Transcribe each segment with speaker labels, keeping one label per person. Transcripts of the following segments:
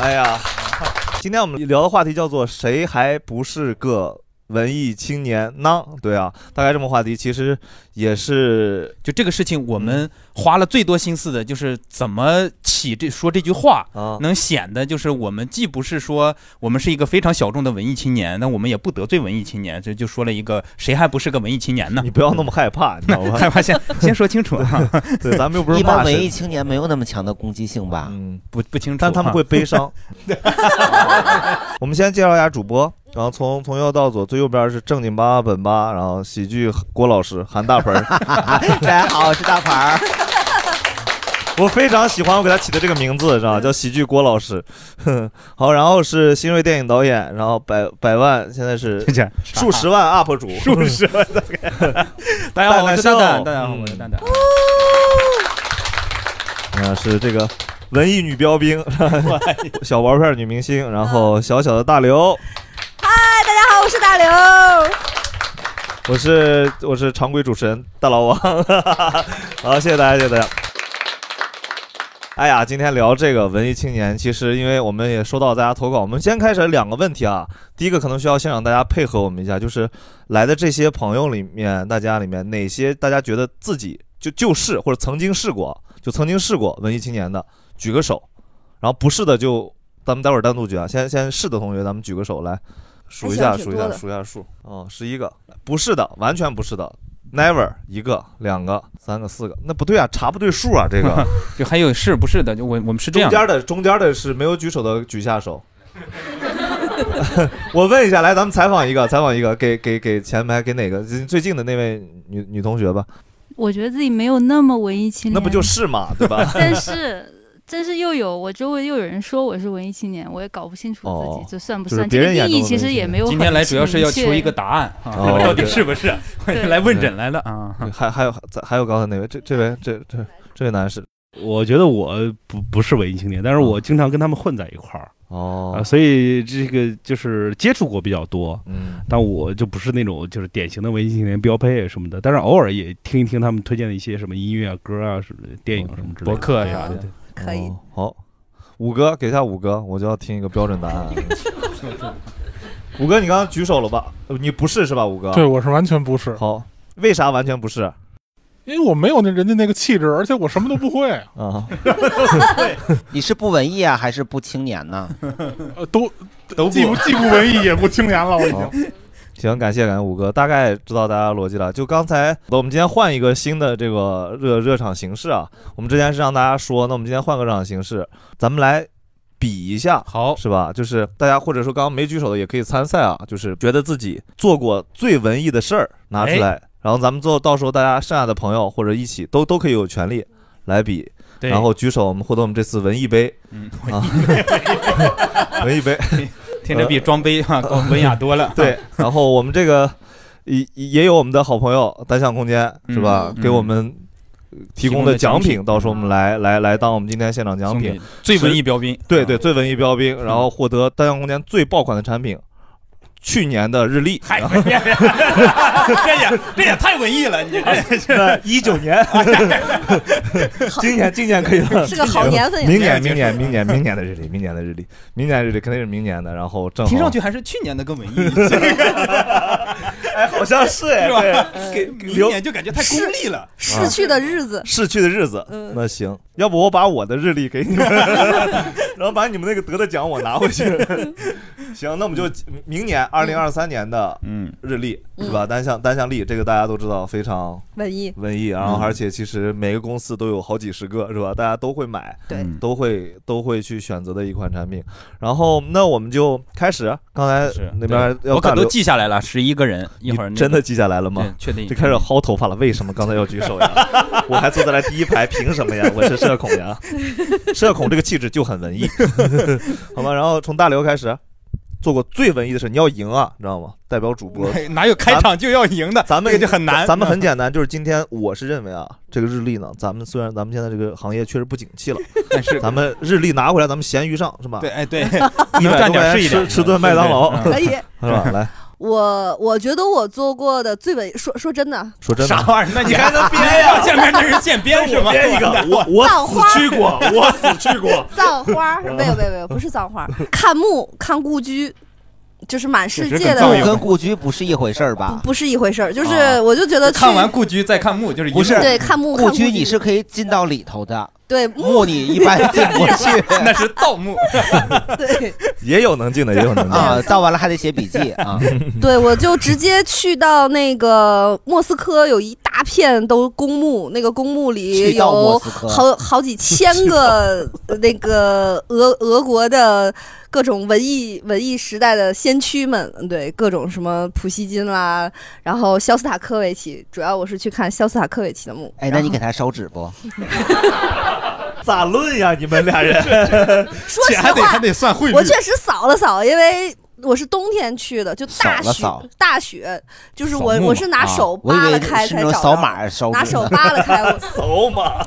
Speaker 1: 哎呀，今天我们聊的话题叫做“谁还不是个文艺青年呢”？对啊，大概这么话题，其实也是嗯
Speaker 2: 就这个事情，我们花了最多心思的就是怎么起这说这句话，
Speaker 1: 啊
Speaker 2: 能显得就是我们既不是说我们是一个非常小众的文艺青年，那我们也不得罪文艺青年，这就说了一个谁还不是个文艺青年呢？
Speaker 1: 你不要那么害怕，你知 道吗。
Speaker 2: 害怕先先说清楚啊
Speaker 1: 对咱们又不是
Speaker 3: 一
Speaker 1: 骂
Speaker 3: 般
Speaker 1: 谁
Speaker 3: 文艺青年没有那么强的攻击性吧？
Speaker 1: 嗯，
Speaker 2: 不不清楚
Speaker 1: 但他们会 悲伤。我们先介绍一下主播，然后从从右到左，最右边是正经八本八，然后喜剧郭老师韩大盆儿。
Speaker 3: 大家啊好，我是大牌儿。
Speaker 1: 我非常喜欢我给他起的这个名字，知道吗叫喜剧郭老师。 哼好，然后是新锐电影导演，然后百百万现在是数十万 UP 主，
Speaker 2: 啊数十万
Speaker 1: 大 概。
Speaker 2: 大家好，我是蛋蛋，大家好，
Speaker 1: 嗯
Speaker 2: 我是蛋蛋。
Speaker 1: 啊，是这个文艺女标兵，小薄片女明星，然后小小的大刘，
Speaker 4: 嗨，大家好，我是大刘。
Speaker 1: 我是我是常规主持人大老王， 好，谢谢大家，谢谢大家。哎呀，今天聊这个文艺青年，其实因为我们也收到大家投稿，我们先开始两个问题啊。第一个可能需要现场大家配合我们一下，就是来的这些朋友里面，大家里面哪些大家觉得自己就就是或者曾经试过，就曾经试过文艺青年的，举个手。然后不是的就咱们待会儿单独举啊，先先是的同学咱们举个手来数一下，
Speaker 5: 还行
Speaker 1: 数
Speaker 5: 挺
Speaker 1: 一
Speaker 5: 多
Speaker 1: 下，
Speaker 5: 的
Speaker 1: 数一下数。哦， 十一个，不是的，完全不是的。Never 一个、两个、三个、四个，那不对啊，查不对数啊，这个
Speaker 2: 就还有是不是的？就我我们是
Speaker 1: 中
Speaker 2: 这样的
Speaker 1: 间的中间的是没有举手的举下手。 我问一下，来，咱们采访一个，采访一个，给给给前排给哪个最近的那位女女同学吧，
Speaker 6: 我觉得自己没有那么文艺青年，？
Speaker 1: 那不就是嘛，对吧
Speaker 6: 嗯 但是，但是又有我周围又有人说我是文艺青年，我也搞不清楚自己、
Speaker 1: 哦
Speaker 6: 这算不
Speaker 1: 就是
Speaker 6: 算。
Speaker 1: 别
Speaker 6: 这个
Speaker 1: 人眼
Speaker 6: 定义
Speaker 1: 中的文
Speaker 6: 其实
Speaker 1: 艺
Speaker 6: 也没有很
Speaker 2: 今
Speaker 6: 明确。
Speaker 2: 天来主要是要求一个答案啊
Speaker 1: 哦，
Speaker 2: 到底
Speaker 1: 对
Speaker 2: 是不是？
Speaker 6: 对
Speaker 2: 来问诊来了啊。
Speaker 1: 还还有还有刚才那位，这这位这这这位男士，
Speaker 7: 我觉得我不不是文艺青年，
Speaker 2: 嗯
Speaker 7: 但是我经常跟他们混在一块儿。啊
Speaker 1: 哦、
Speaker 7: 所以这个就是接触过比较多，
Speaker 1: 嗯，
Speaker 7: 但我就不是那种就是典型的文艺青年标配什么的，但是偶尔也听一听他们推荐的一些什么音乐啊、歌啊、什么的电影什么之类的，
Speaker 2: 哦博客啥的
Speaker 7: 对对
Speaker 1: 可以、啊好，五哥给一下五哥，我就要听一个标准答案。五哥，你刚刚举手了吧？呃你不是是吧，五哥？
Speaker 8: 对，我是完全不是。
Speaker 1: 好，为啥完全不是？
Speaker 8: 因为我没有那人家那个气质，而且我什么都不会，
Speaker 1: 啊，
Speaker 3: 你是不文艺啊，还是不青年 呢？
Speaker 8: 呃，都
Speaker 2: 都
Speaker 8: 既不既不文艺也不青年了，我已
Speaker 1: 好
Speaker 8: 经。
Speaker 1: 行，感谢感谢五哥，大概知道大家的逻辑了。就刚才我们今天换一个新的这个热热场形式啊，我们之前是让大家说，那我们今天换个热场形式，咱们来比一下，
Speaker 2: 好
Speaker 1: 是吧？就是大家或者说刚刚没举手的也可以参赛啊，就是觉得自己做过最文艺的事儿拿出来，
Speaker 2: 哎
Speaker 1: 然后咱们做到时候大家剩下的朋友或者一起都都可以有权利来比，
Speaker 2: 对
Speaker 1: 然后举手我们获得我们这次文艺杯，
Speaker 2: 嗯
Speaker 1: 啊， 文艺 杯。。
Speaker 2: 听着比装杯哈高文雅多了啊
Speaker 1: 对， 然后我们这个也也有我们的好朋友单向空间是吧？
Speaker 2: 嗯
Speaker 1: 给我们呃提供的奖品，到时候我们来来来当我们今天现场奖
Speaker 2: 送
Speaker 1: 品
Speaker 2: 给，最文艺标兵嗯
Speaker 1: 对对，最文艺标兵，然后获得单向空间最爆款的产品，去年的日历，啊然后
Speaker 2: 这也这也太文艺了，你
Speaker 1: 那一九年，今年今年可以了，
Speaker 2: 是个好年份呀
Speaker 1: 明年明年明年明年的日历，明年的日历，明年的日历肯定是明年的，然后正好
Speaker 2: 听上去还是去年的更文艺，
Speaker 1: 哎，好像是哎
Speaker 2: 是吧？
Speaker 1: 给
Speaker 2: 明年就感觉太功利了，
Speaker 1: 逝去
Speaker 2: 的日子
Speaker 1: 逝去的日子
Speaker 2: 嗯，
Speaker 1: 那行，要不我把我的日历给你们，然后把你们那个得的奖我拿回去。行，那我们就明年二零二三年的
Speaker 2: 嗯
Speaker 1: 日历是吧？单向单向历这个大家都知道非常
Speaker 4: 文艺
Speaker 1: 文艺，然后
Speaker 2: 嗯
Speaker 1: 而且其实每个公司都有好几十个是吧？大家都会买，
Speaker 4: 对，
Speaker 2: 嗯
Speaker 1: 都会都会去选择的一款产品。然后那我们就开始，啊刚才那边
Speaker 2: 对
Speaker 1: 要
Speaker 2: 我可
Speaker 1: 大
Speaker 2: 都
Speaker 1: 刘
Speaker 2: 记下来了，十一 个人，一会儿那
Speaker 1: 你
Speaker 2: 个
Speaker 1: 真的记下来了吗
Speaker 2: 对？确定
Speaker 1: 就开始薅头发了。为什么刚才要举手 呀？我还坐在那第一排，凭什么呀？我是社恐 呀，社恐这个气质就很文艺， 好吗？然后从大刘开始。做过最文艺的事，你要赢啊，你知道吗？代表主播
Speaker 2: 哎哪有开场就要赢的？
Speaker 1: 咱们
Speaker 2: 这个就很难。嗯
Speaker 1: 咱 们很简单，就是今天我是认为啊，这个日历呢，咱们虽然咱们现在这个行业确实不景气了，
Speaker 2: 但是
Speaker 1: 咱们日历拿回来，咱们闲鱼上是吧？
Speaker 2: 对，哎对，
Speaker 1: 一
Speaker 2: 能
Speaker 1: 百
Speaker 2: 占
Speaker 1: 多块
Speaker 2: 点是一
Speaker 1: 钱吃
Speaker 2: 点，
Speaker 1: 吃顿麦当劳，
Speaker 2: 嗯对
Speaker 4: 可以。
Speaker 1: 是吧？来
Speaker 4: 我我觉得我做过的最文，说说真的，
Speaker 1: 说真的
Speaker 2: 啥，玩意儿？那你还 能编呀？见面这是现编是吗？
Speaker 1: 编一个，我
Speaker 4: 葬
Speaker 1: 我
Speaker 4: 花，
Speaker 1: 死去过，我死去 过
Speaker 4: 葬花儿没有没有没有，不是葬花儿， 看墓看故居，就是满世
Speaker 2: 确实
Speaker 4: 界
Speaker 2: 跟
Speaker 4: 的
Speaker 2: 葬
Speaker 4: 我
Speaker 2: 礼
Speaker 4: 跟。
Speaker 3: 墓跟故居不是一回事儿
Speaker 4: 不
Speaker 3: 吧？
Speaker 4: 不是一回事儿，就是
Speaker 2: 啊
Speaker 4: 我就觉得去
Speaker 2: 看完故居再看墓，就是一
Speaker 3: 不是
Speaker 2: 路
Speaker 4: 对看墓看
Speaker 3: 故居你是可以进到里头的，
Speaker 4: 对墓
Speaker 3: 墓 你一般 进不去
Speaker 2: 那是盗墓。
Speaker 4: 对
Speaker 1: 也有能进的，也有能进的。
Speaker 3: 啊，到完了还得写笔 记啊。
Speaker 4: 对，我就直接去到那个莫斯科，有一大片都公墓，那个公墓里
Speaker 3: 去到莫
Speaker 4: 有
Speaker 3: 斯科
Speaker 4: 好好几 千个呃那个俄俄国的各种文艺文艺时代的先驱们，对各种什么普希金啦，然后肖斯塔科维奇，主要我是去看肖斯塔科维奇的墓。
Speaker 3: 哎，那你给他烧纸不？
Speaker 1: 咋论呀？你们俩人，
Speaker 4: 说实
Speaker 2: 且还得还
Speaker 4: 话，
Speaker 2: 得算汇率
Speaker 4: 我。确实扫了扫，因为。我是冬天去的，就
Speaker 3: 扫
Speaker 4: 大
Speaker 3: 了
Speaker 4: 雪
Speaker 3: 扫，
Speaker 4: 大雪，就是我
Speaker 2: 扫墓
Speaker 4: 我是拿
Speaker 3: 啊
Speaker 4: 手
Speaker 3: 我以
Speaker 4: 扒
Speaker 3: 为
Speaker 4: 了开
Speaker 3: 是
Speaker 4: 才
Speaker 3: 那种
Speaker 4: 找着
Speaker 3: 扫码烧纸，
Speaker 4: 拿手扒拉开我，
Speaker 1: 走嘛！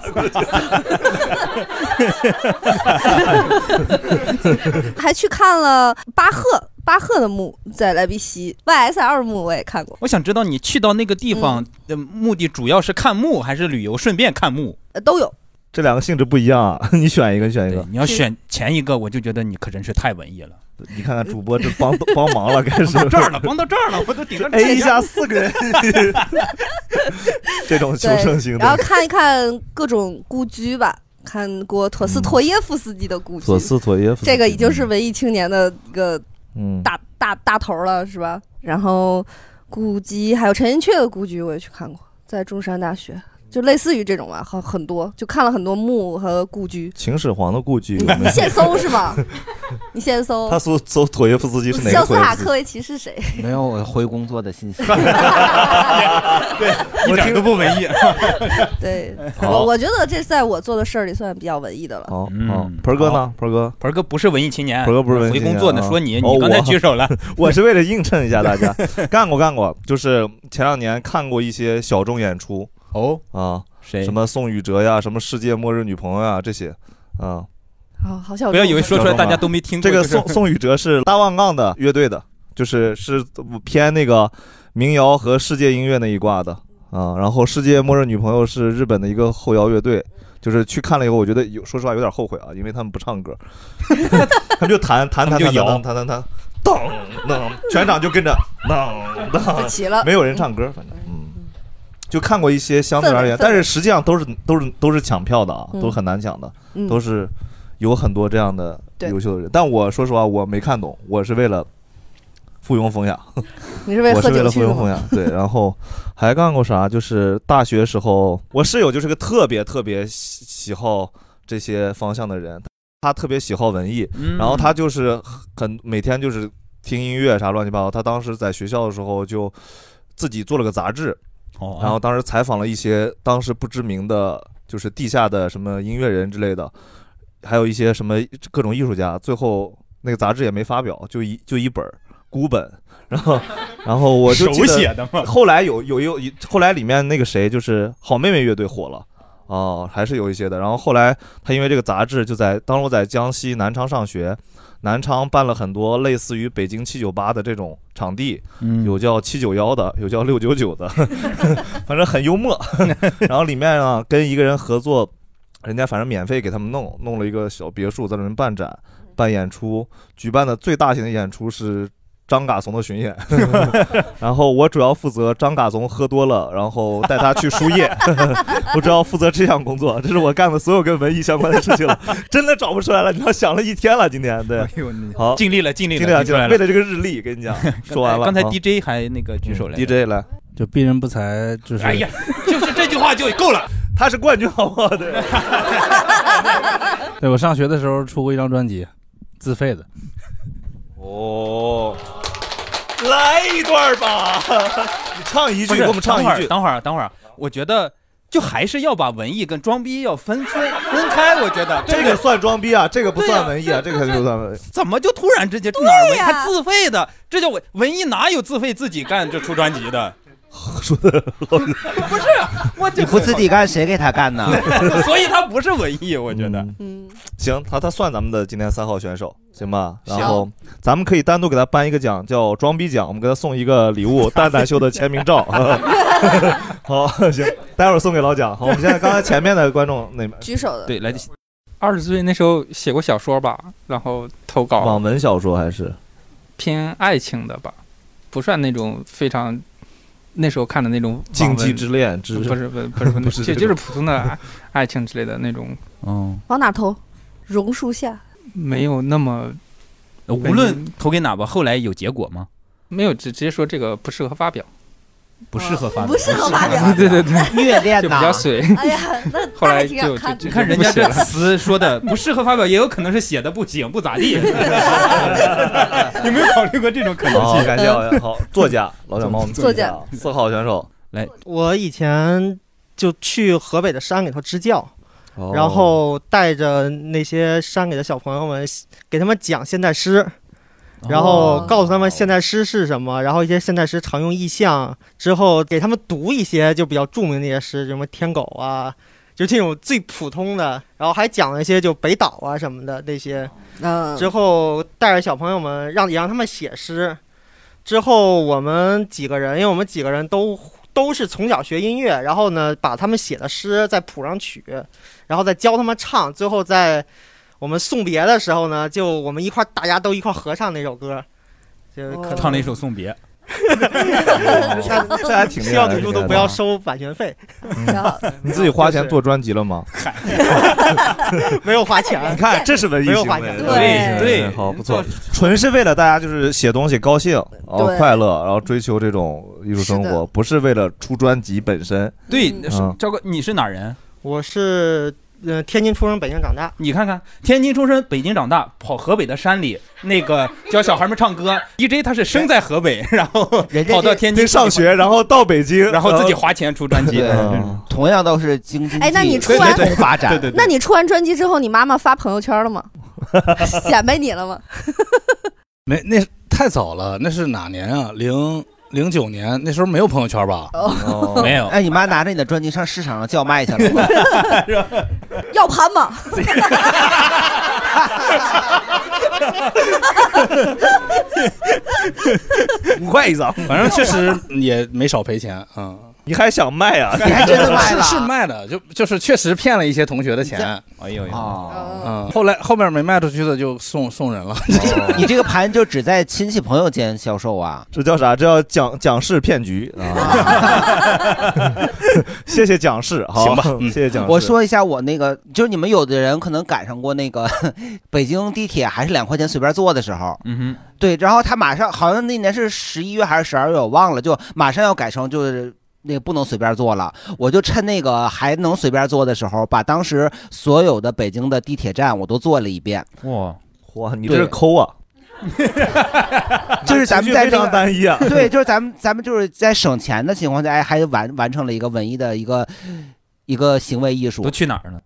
Speaker 4: 还去看了巴赫巴赫的墓，在莱比锡 YSL 墓我也看 过。
Speaker 2: 我想知道你去到那个地
Speaker 4: 嗯
Speaker 2: 方的目的主要是看墓还是旅游，顺便看墓？
Speaker 4: 呃都有，
Speaker 1: 这两个性质不一样啊， 你选一个，你选一
Speaker 2: 对
Speaker 1: 个，。
Speaker 2: 你要选前一个，我就觉得你可真是太文艺了。
Speaker 1: 你看看主播这帮帮忙了，开始
Speaker 2: 帮到这儿了，帮到这儿了，我都顶
Speaker 1: A 一
Speaker 2: 着。
Speaker 1: 下四个人， 这种求生
Speaker 4: 对，
Speaker 1: 型
Speaker 4: 然后
Speaker 1: 的。
Speaker 4: 看一看各种故居吧，看过妥斯妥耶夫斯基的故居，
Speaker 1: 索嗯斯妥耶夫，
Speaker 4: 这个已经是文艺青年的一个
Speaker 1: 嗯，
Speaker 4: 大大大头了，是吧？然后古籍还有陈寅恪的故居我也去看过，在中山大学，就类似于这种吧，很很多，就看了很多墓和 故居。
Speaker 1: 秦始皇的 故居，
Speaker 4: 你你现搜是吧？你现搜
Speaker 1: 他。搜搜妥耶夫斯基是哪
Speaker 4: 肖
Speaker 1: 个
Speaker 4: 斯
Speaker 1: 妥耶
Speaker 4: 塔
Speaker 1: 夫斯基？
Speaker 4: 科维奇是谁？
Speaker 3: 没有我回工作的信息。
Speaker 2: 一点都不 文艺。
Speaker 4: 对，
Speaker 1: 好
Speaker 4: 我我觉得这在我做的事儿里算比较文艺的了。
Speaker 1: 好，
Speaker 2: 嗯
Speaker 1: 好，盆儿哥呢？盆儿哥，
Speaker 2: 盆儿哥不是文艺青年，
Speaker 1: 盆儿哥不是文艺青
Speaker 2: 回
Speaker 1: 年
Speaker 2: 工作呢。
Speaker 1: 啊
Speaker 2: 说你，
Speaker 1: 哦
Speaker 2: 你刚才
Speaker 1: 我
Speaker 2: 举手了，
Speaker 1: 我是为了映衬一 下大家，干过干过，就是前两年看过一些小众演出
Speaker 2: 哦，
Speaker 1: 啊，
Speaker 2: 谁
Speaker 1: 什么宋雨哲呀，什么世界末日女朋友呀这些，啊，
Speaker 4: 哦，好像
Speaker 2: 不要以为说出来
Speaker 1: 小众啊
Speaker 2: 大家都没听过。
Speaker 1: 这个
Speaker 2: 就是
Speaker 1: 宋宋雨哲是大望杠的乐队的，就是是偏那个民谣和世界音乐那一挂的啊。然后世界末日女朋友是日本的一个后摇乐队，就是去看了以后，我觉得有说实话有点后悔啊，因为他们不唱歌，他们就弹弹弹
Speaker 2: 他
Speaker 1: 弹
Speaker 2: 们就摇
Speaker 1: 弹弹弹弹，噔噔，全场就跟着噔
Speaker 4: 不
Speaker 1: 噔，
Speaker 4: 齐了，
Speaker 1: 没有人唱歌，反正嗯。就看过一些相对而言
Speaker 4: 氛围氛围，
Speaker 1: 但是实际上都是都是都是抢票的啊，
Speaker 4: 嗯
Speaker 1: 都很难抢的。
Speaker 4: 嗯，
Speaker 1: 都是有很多这样的
Speaker 4: 对
Speaker 1: 优秀的人。但我说实话，我没看懂，我是为了附庸风雅，
Speaker 4: 你是为
Speaker 1: 我
Speaker 4: 喝
Speaker 1: 是为
Speaker 4: 酒
Speaker 1: 了
Speaker 4: 去
Speaker 1: 附
Speaker 4: 的
Speaker 1: 庸
Speaker 4: 吗
Speaker 1: 风？雅。对，然后 还干过啥？就是大学时候，我室友就是个特别特别喜喜好这些方向的人，他特别喜好文艺，
Speaker 2: 嗯
Speaker 1: 然后他就是很每天就是听音乐啥乱七八糟。他当时在学校的时候就自己做了个杂志，
Speaker 2: 哦
Speaker 1: 然后当时采访了一些当时不知名的，就是地下的什么音乐人之类的，还有一些什么各种艺术家。最后那个杂志也没发表，就一就一本儿孤本， 然后然后我就
Speaker 2: 手
Speaker 1: 记得
Speaker 2: 写的嘛，
Speaker 1: 后来有有有一后来里面那个谁就是好妹妹乐队火了。哦，还是有一些的。然后后来他因为这个杂志，就在当时我在江西南昌上学，南昌办了很多类似于北京七九八的这种场地，
Speaker 2: 嗯
Speaker 1: 有叫七九幺的，有叫六九九的，反正很幽 默。然后里面呢，跟一个人合作，人家反正免费给他们弄，弄了一个小别墅，在里面办展、办演出。举办的最大型的演出是张嘎怂的巡 演，然后我主要负责张嘎怂喝多了，然后带他去输液，我主要负责这项工作，这是我干的所有跟文艺相关的事情了， 真的找不出来了，你知道想了一天了，今天 对，好，
Speaker 2: 尽力了，尽力
Speaker 1: 尽力了，
Speaker 2: 出来
Speaker 1: 为了这个日历，跟你 讲，说完了，
Speaker 2: 刚才
Speaker 1: 好
Speaker 2: DJ 还那个举手来着。
Speaker 1: DJ 来，
Speaker 5: 就鄙人不才，就是
Speaker 2: 哎呀，就是这句话就够了。
Speaker 1: 他是冠军，好不好？对，
Speaker 5: 对我上学的时候出过一张专辑，自费的。
Speaker 1: 哦，来一段吧， 你唱一句，
Speaker 2: 不是
Speaker 1: 给我们唱一句，
Speaker 2: 等会儿，等会儿，等会儿，我觉得就还是要把文艺跟装逼要分分分开。我觉得
Speaker 1: 这个算装逼啊，这个不算文艺啊，这个肯定不算文艺。
Speaker 2: 怎么就突然之间哪儿文
Speaker 1: 呀
Speaker 2: 还自费的？这叫文文艺哪有自费自己干这出专辑的？
Speaker 1: 说的
Speaker 2: 不是我这
Speaker 3: 你不自己干，谁给他干 呢？
Speaker 2: 所以他不是文艺，我觉得。
Speaker 4: 嗯，
Speaker 1: 行，他他算咱们的今天三号选手，行吧？
Speaker 2: 行
Speaker 1: 然后咱们可以单独给他颁一个奖，叫装逼奖，我们给他送一个礼物，蛋蛋秀的签名照。 好，行，待会儿送给老蒋。好，我们现在刚才前面的观众那边
Speaker 4: 举手的
Speaker 2: 对来，
Speaker 9: 二十岁那时候写过小说吧，然后投稿
Speaker 1: 网文小说还是
Speaker 9: 偏爱情的吧，不算那种非常那时候看的那种
Speaker 1: 禁
Speaker 9: 网文
Speaker 1: 忌之恋之
Speaker 9: 不是不是不是
Speaker 1: 不是
Speaker 9: 就
Speaker 1: 这
Speaker 9: 就是
Speaker 1: 种
Speaker 9: 普通的 爱爱情之类的那种，
Speaker 5: 嗯，
Speaker 4: 往哪投？榕 树下。
Speaker 9: 没有那么
Speaker 2: 呃无论投给哪吧，后来有结果吗？
Speaker 9: 没有直直接说这个不适合发表，
Speaker 2: 不适合发表，
Speaker 4: 哦不适合发表
Speaker 9: 对对 对，
Speaker 3: 虐恋
Speaker 9: 就比
Speaker 3: 呐
Speaker 9: 较水。
Speaker 4: 哎呀，那
Speaker 9: 后来
Speaker 4: 大概挺想
Speaker 9: 就
Speaker 4: 看的
Speaker 9: 就
Speaker 2: 你看人家这词说的不适合发表，也有可能是写的不行，不咋地。
Speaker 1: 哦
Speaker 2: 有没有考虑过这种可能
Speaker 1: 好，
Speaker 2: 性？
Speaker 1: 感谢老蒋。好，作家老蒋帮我们
Speaker 4: 作家
Speaker 1: 做一下啊四号选手
Speaker 2: 来，
Speaker 10: 我以前就去河北的山给他支教，
Speaker 1: 哦
Speaker 10: 然后带着那些山里的小朋友们，给他们讲现代诗，然后告诉他们现代诗是什么，然后一些现代诗常用意象，之后给他们读一些就比较著名的一些诗，什么《天狗》啊，就这种最普通的，然后还讲了一些就北岛啊什么的那些，
Speaker 4: 嗯，
Speaker 10: 之后带着小朋友们让也让他们写诗，之后我们几个人，因为我们几个人都都是从小学音乐，然后呢把他们写的诗再谱上曲，然后再教他们唱，最后在我们送别的时候呢，就我们一块儿大家都一块儿合唱那首歌，就可能
Speaker 2: 唱 了一首《送别》，
Speaker 1: 这还挺厉害的
Speaker 10: 希
Speaker 1: 啊嗯
Speaker 10: 望你录都不要收版权费，
Speaker 1: 你自己花钱做专辑了吗？
Speaker 10: 没有花钱。
Speaker 1: 你看，这是文艺
Speaker 10: 没有
Speaker 1: 行
Speaker 10: 花
Speaker 1: 为
Speaker 10: 钱，，
Speaker 2: 对对
Speaker 1: 好不错，纯是为了大家就是写东西高兴，然后
Speaker 10: 对
Speaker 1: 快乐，然后追求这种艺术生活，不是为了出专辑本身。
Speaker 2: 对
Speaker 1: 嗯，
Speaker 2: 是
Speaker 1: 嗯
Speaker 2: 赵哥，你是哪人？
Speaker 10: 我是呃天津出生，北京长大。
Speaker 2: 你看看，天津出生，北京长大，跑河北的山里，那个教小孩们唱歌。DJ 他是生在河北，然后跑到天津
Speaker 1: 上学，然后到北京，嗯
Speaker 2: 然后自己
Speaker 10: 哦
Speaker 2: 花钱出专辑。嗯
Speaker 3: 对，同样都是京津冀
Speaker 4: 哎那你出来
Speaker 3: 共同发展，
Speaker 2: 对对对
Speaker 4: 那你出完专辑之后，你妈妈发朋友圈 了吗？显摆你了吗？
Speaker 5: 没那太早了，那是哪年啊？零零九年，那时候没有朋友圈吧？
Speaker 1: 哦
Speaker 2: 没有
Speaker 3: 哎，你妈拿着你的专辑上市场上叫卖去了，
Speaker 4: 要盘吗？
Speaker 1: 五块一张，
Speaker 5: 反正确实也没少赔钱啊。嗯
Speaker 1: 你还想 卖啊？
Speaker 5: 是是卖的，就就是确实骗了一些同学的钱。
Speaker 2: 哎呦
Speaker 3: 哦
Speaker 5: 啊！嗯，后来后面没卖出去的就送送人了。
Speaker 3: 你这个盘就只在亲戚朋友间销售啊？
Speaker 1: 这叫啥？这叫蒋蒋氏骗局啊！ 谢谢蒋氏，好，
Speaker 3: 啊行吧嗯
Speaker 1: 谢谢蒋氏。
Speaker 3: 我说一下我那个，就是你们有的人可能赶上过那个 北京地铁还是两块钱随便坐的时候，
Speaker 2: 嗯
Speaker 3: 对，然后他马上好像那年是十一月还是十二月，我忘了，就马上要改成就是。那个不能随便坐了，我就趁那个还能随便坐的时候，把当时所有的北京的地铁站我都坐了一遍。
Speaker 2: 哇
Speaker 1: 哇， 你
Speaker 3: 对
Speaker 1: 这是抠啊！
Speaker 3: 就是咱们在、这
Speaker 1: 情绪非
Speaker 3: 个、
Speaker 1: 常单一啊
Speaker 3: 对，就是咱们咱们就是在省钱的情况下，哎，还完完成了一个文艺的一个一个行为艺术。
Speaker 2: 都去哪儿呢？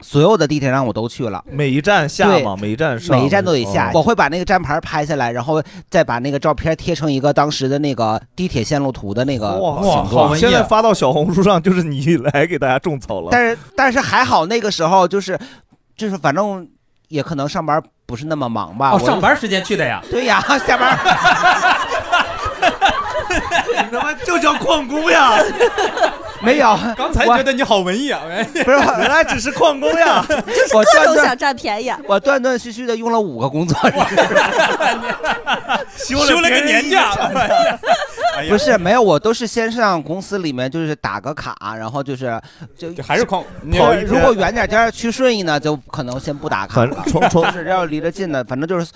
Speaker 3: 所有的地铁站我都去了，
Speaker 1: 每一站下
Speaker 3: 对
Speaker 1: 嘛，每一站上，哦嗯
Speaker 3: 每一站都得下。我会把那个站牌拍下来，然后再把那个照片贴成一个当时的那个地铁线路图的那个
Speaker 1: 哇
Speaker 3: 形状。
Speaker 1: 现在发到小红书上，就是你来给大家种草了。
Speaker 3: 但是但是还好那个时候就是就是反正也可能上班不是那么忙吧。
Speaker 2: 哦，
Speaker 3: 我
Speaker 2: 上班时间去的呀。
Speaker 3: 对呀，
Speaker 10: 啊
Speaker 3: 下班
Speaker 1: 你他妈就叫旷工呀！
Speaker 3: 没有，
Speaker 2: 刚才觉得你好文艺啊，
Speaker 3: 不是，原
Speaker 1: 来只是矿工呀，
Speaker 11: 嗯
Speaker 4: 就是
Speaker 3: 我
Speaker 4: 各
Speaker 3: 断
Speaker 4: 种
Speaker 3: 断
Speaker 4: 想占 便宜啊。
Speaker 3: 我断断续续的用了五个工作日，
Speaker 1: 休了个年假，
Speaker 2: 哎
Speaker 3: 不是没有，我都是先上公司里面就是打个卡，然后就是就
Speaker 2: 还是旷
Speaker 3: 跑如果远点儿，要是去顺义呢，就可能先不打卡
Speaker 1: 反
Speaker 3: 了，
Speaker 1: 重重
Speaker 3: 就是要离得近的，反正就是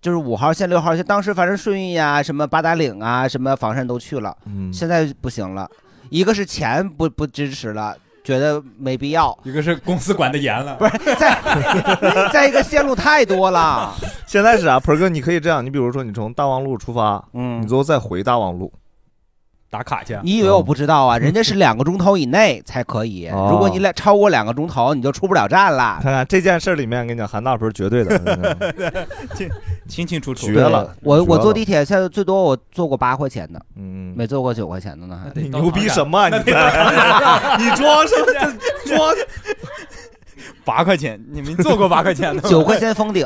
Speaker 3: 就是五号线、六号线，当时反正顺义呀、什么八达岭啊、什么房山都去了，
Speaker 1: 嗯
Speaker 3: 现在不行了，一个是钱不不支持了。觉得没必要，
Speaker 2: 一个是公司管的严了，
Speaker 3: 不是再再一个线路太多了，
Speaker 1: 现在是啊，盆儿哥，你可以这样，你比如说你从大望路出发，
Speaker 3: 嗯，
Speaker 1: 你最后再回大望路，
Speaker 2: 打卡去。
Speaker 3: 你以为我不知道啊？人家是两个钟头以内才可以，
Speaker 1: 哦
Speaker 3: 如果你俩超过两个钟头，你就出不了站了。
Speaker 1: 看看这件事儿里面，跟你讲，韩大盆儿绝 对的，
Speaker 2: 清清楚楚，
Speaker 1: 绝了
Speaker 3: 我
Speaker 1: 绝
Speaker 3: 我
Speaker 1: 了
Speaker 3: 坐地铁现在最多我坐过八块钱的，
Speaker 1: 嗯，
Speaker 3: 没坐过九块钱的呢。
Speaker 1: 你牛逼什么啊？你在 你装什 么？装
Speaker 2: 八块钱，你们做过八块钱的 吗？
Speaker 3: 九块钱封顶。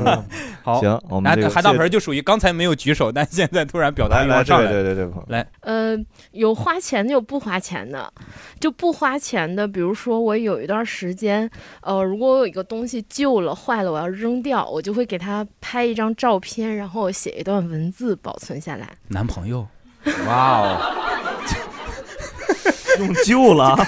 Speaker 1: 嗯
Speaker 2: 好，
Speaker 1: 行我们
Speaker 2: 那
Speaker 1: 这个
Speaker 2: 韩大
Speaker 1: 谢
Speaker 2: 盆就属于刚才没有举手，但现在突然表达
Speaker 1: 来
Speaker 2: 欲
Speaker 1: 来，
Speaker 2: 望
Speaker 1: 这
Speaker 2: 上
Speaker 1: 位
Speaker 2: 来，
Speaker 1: 对对对对，
Speaker 2: 来，
Speaker 12: 呃，有花钱的，有不花钱的。就不花钱的，比如说我有一段时间，呃，如果我有一个东西旧了、坏了，我要扔掉，我就会给它拍一张照片，然后写一段文字保存下来。
Speaker 2: 男朋友，
Speaker 3: 哇哦，
Speaker 1: 用旧了，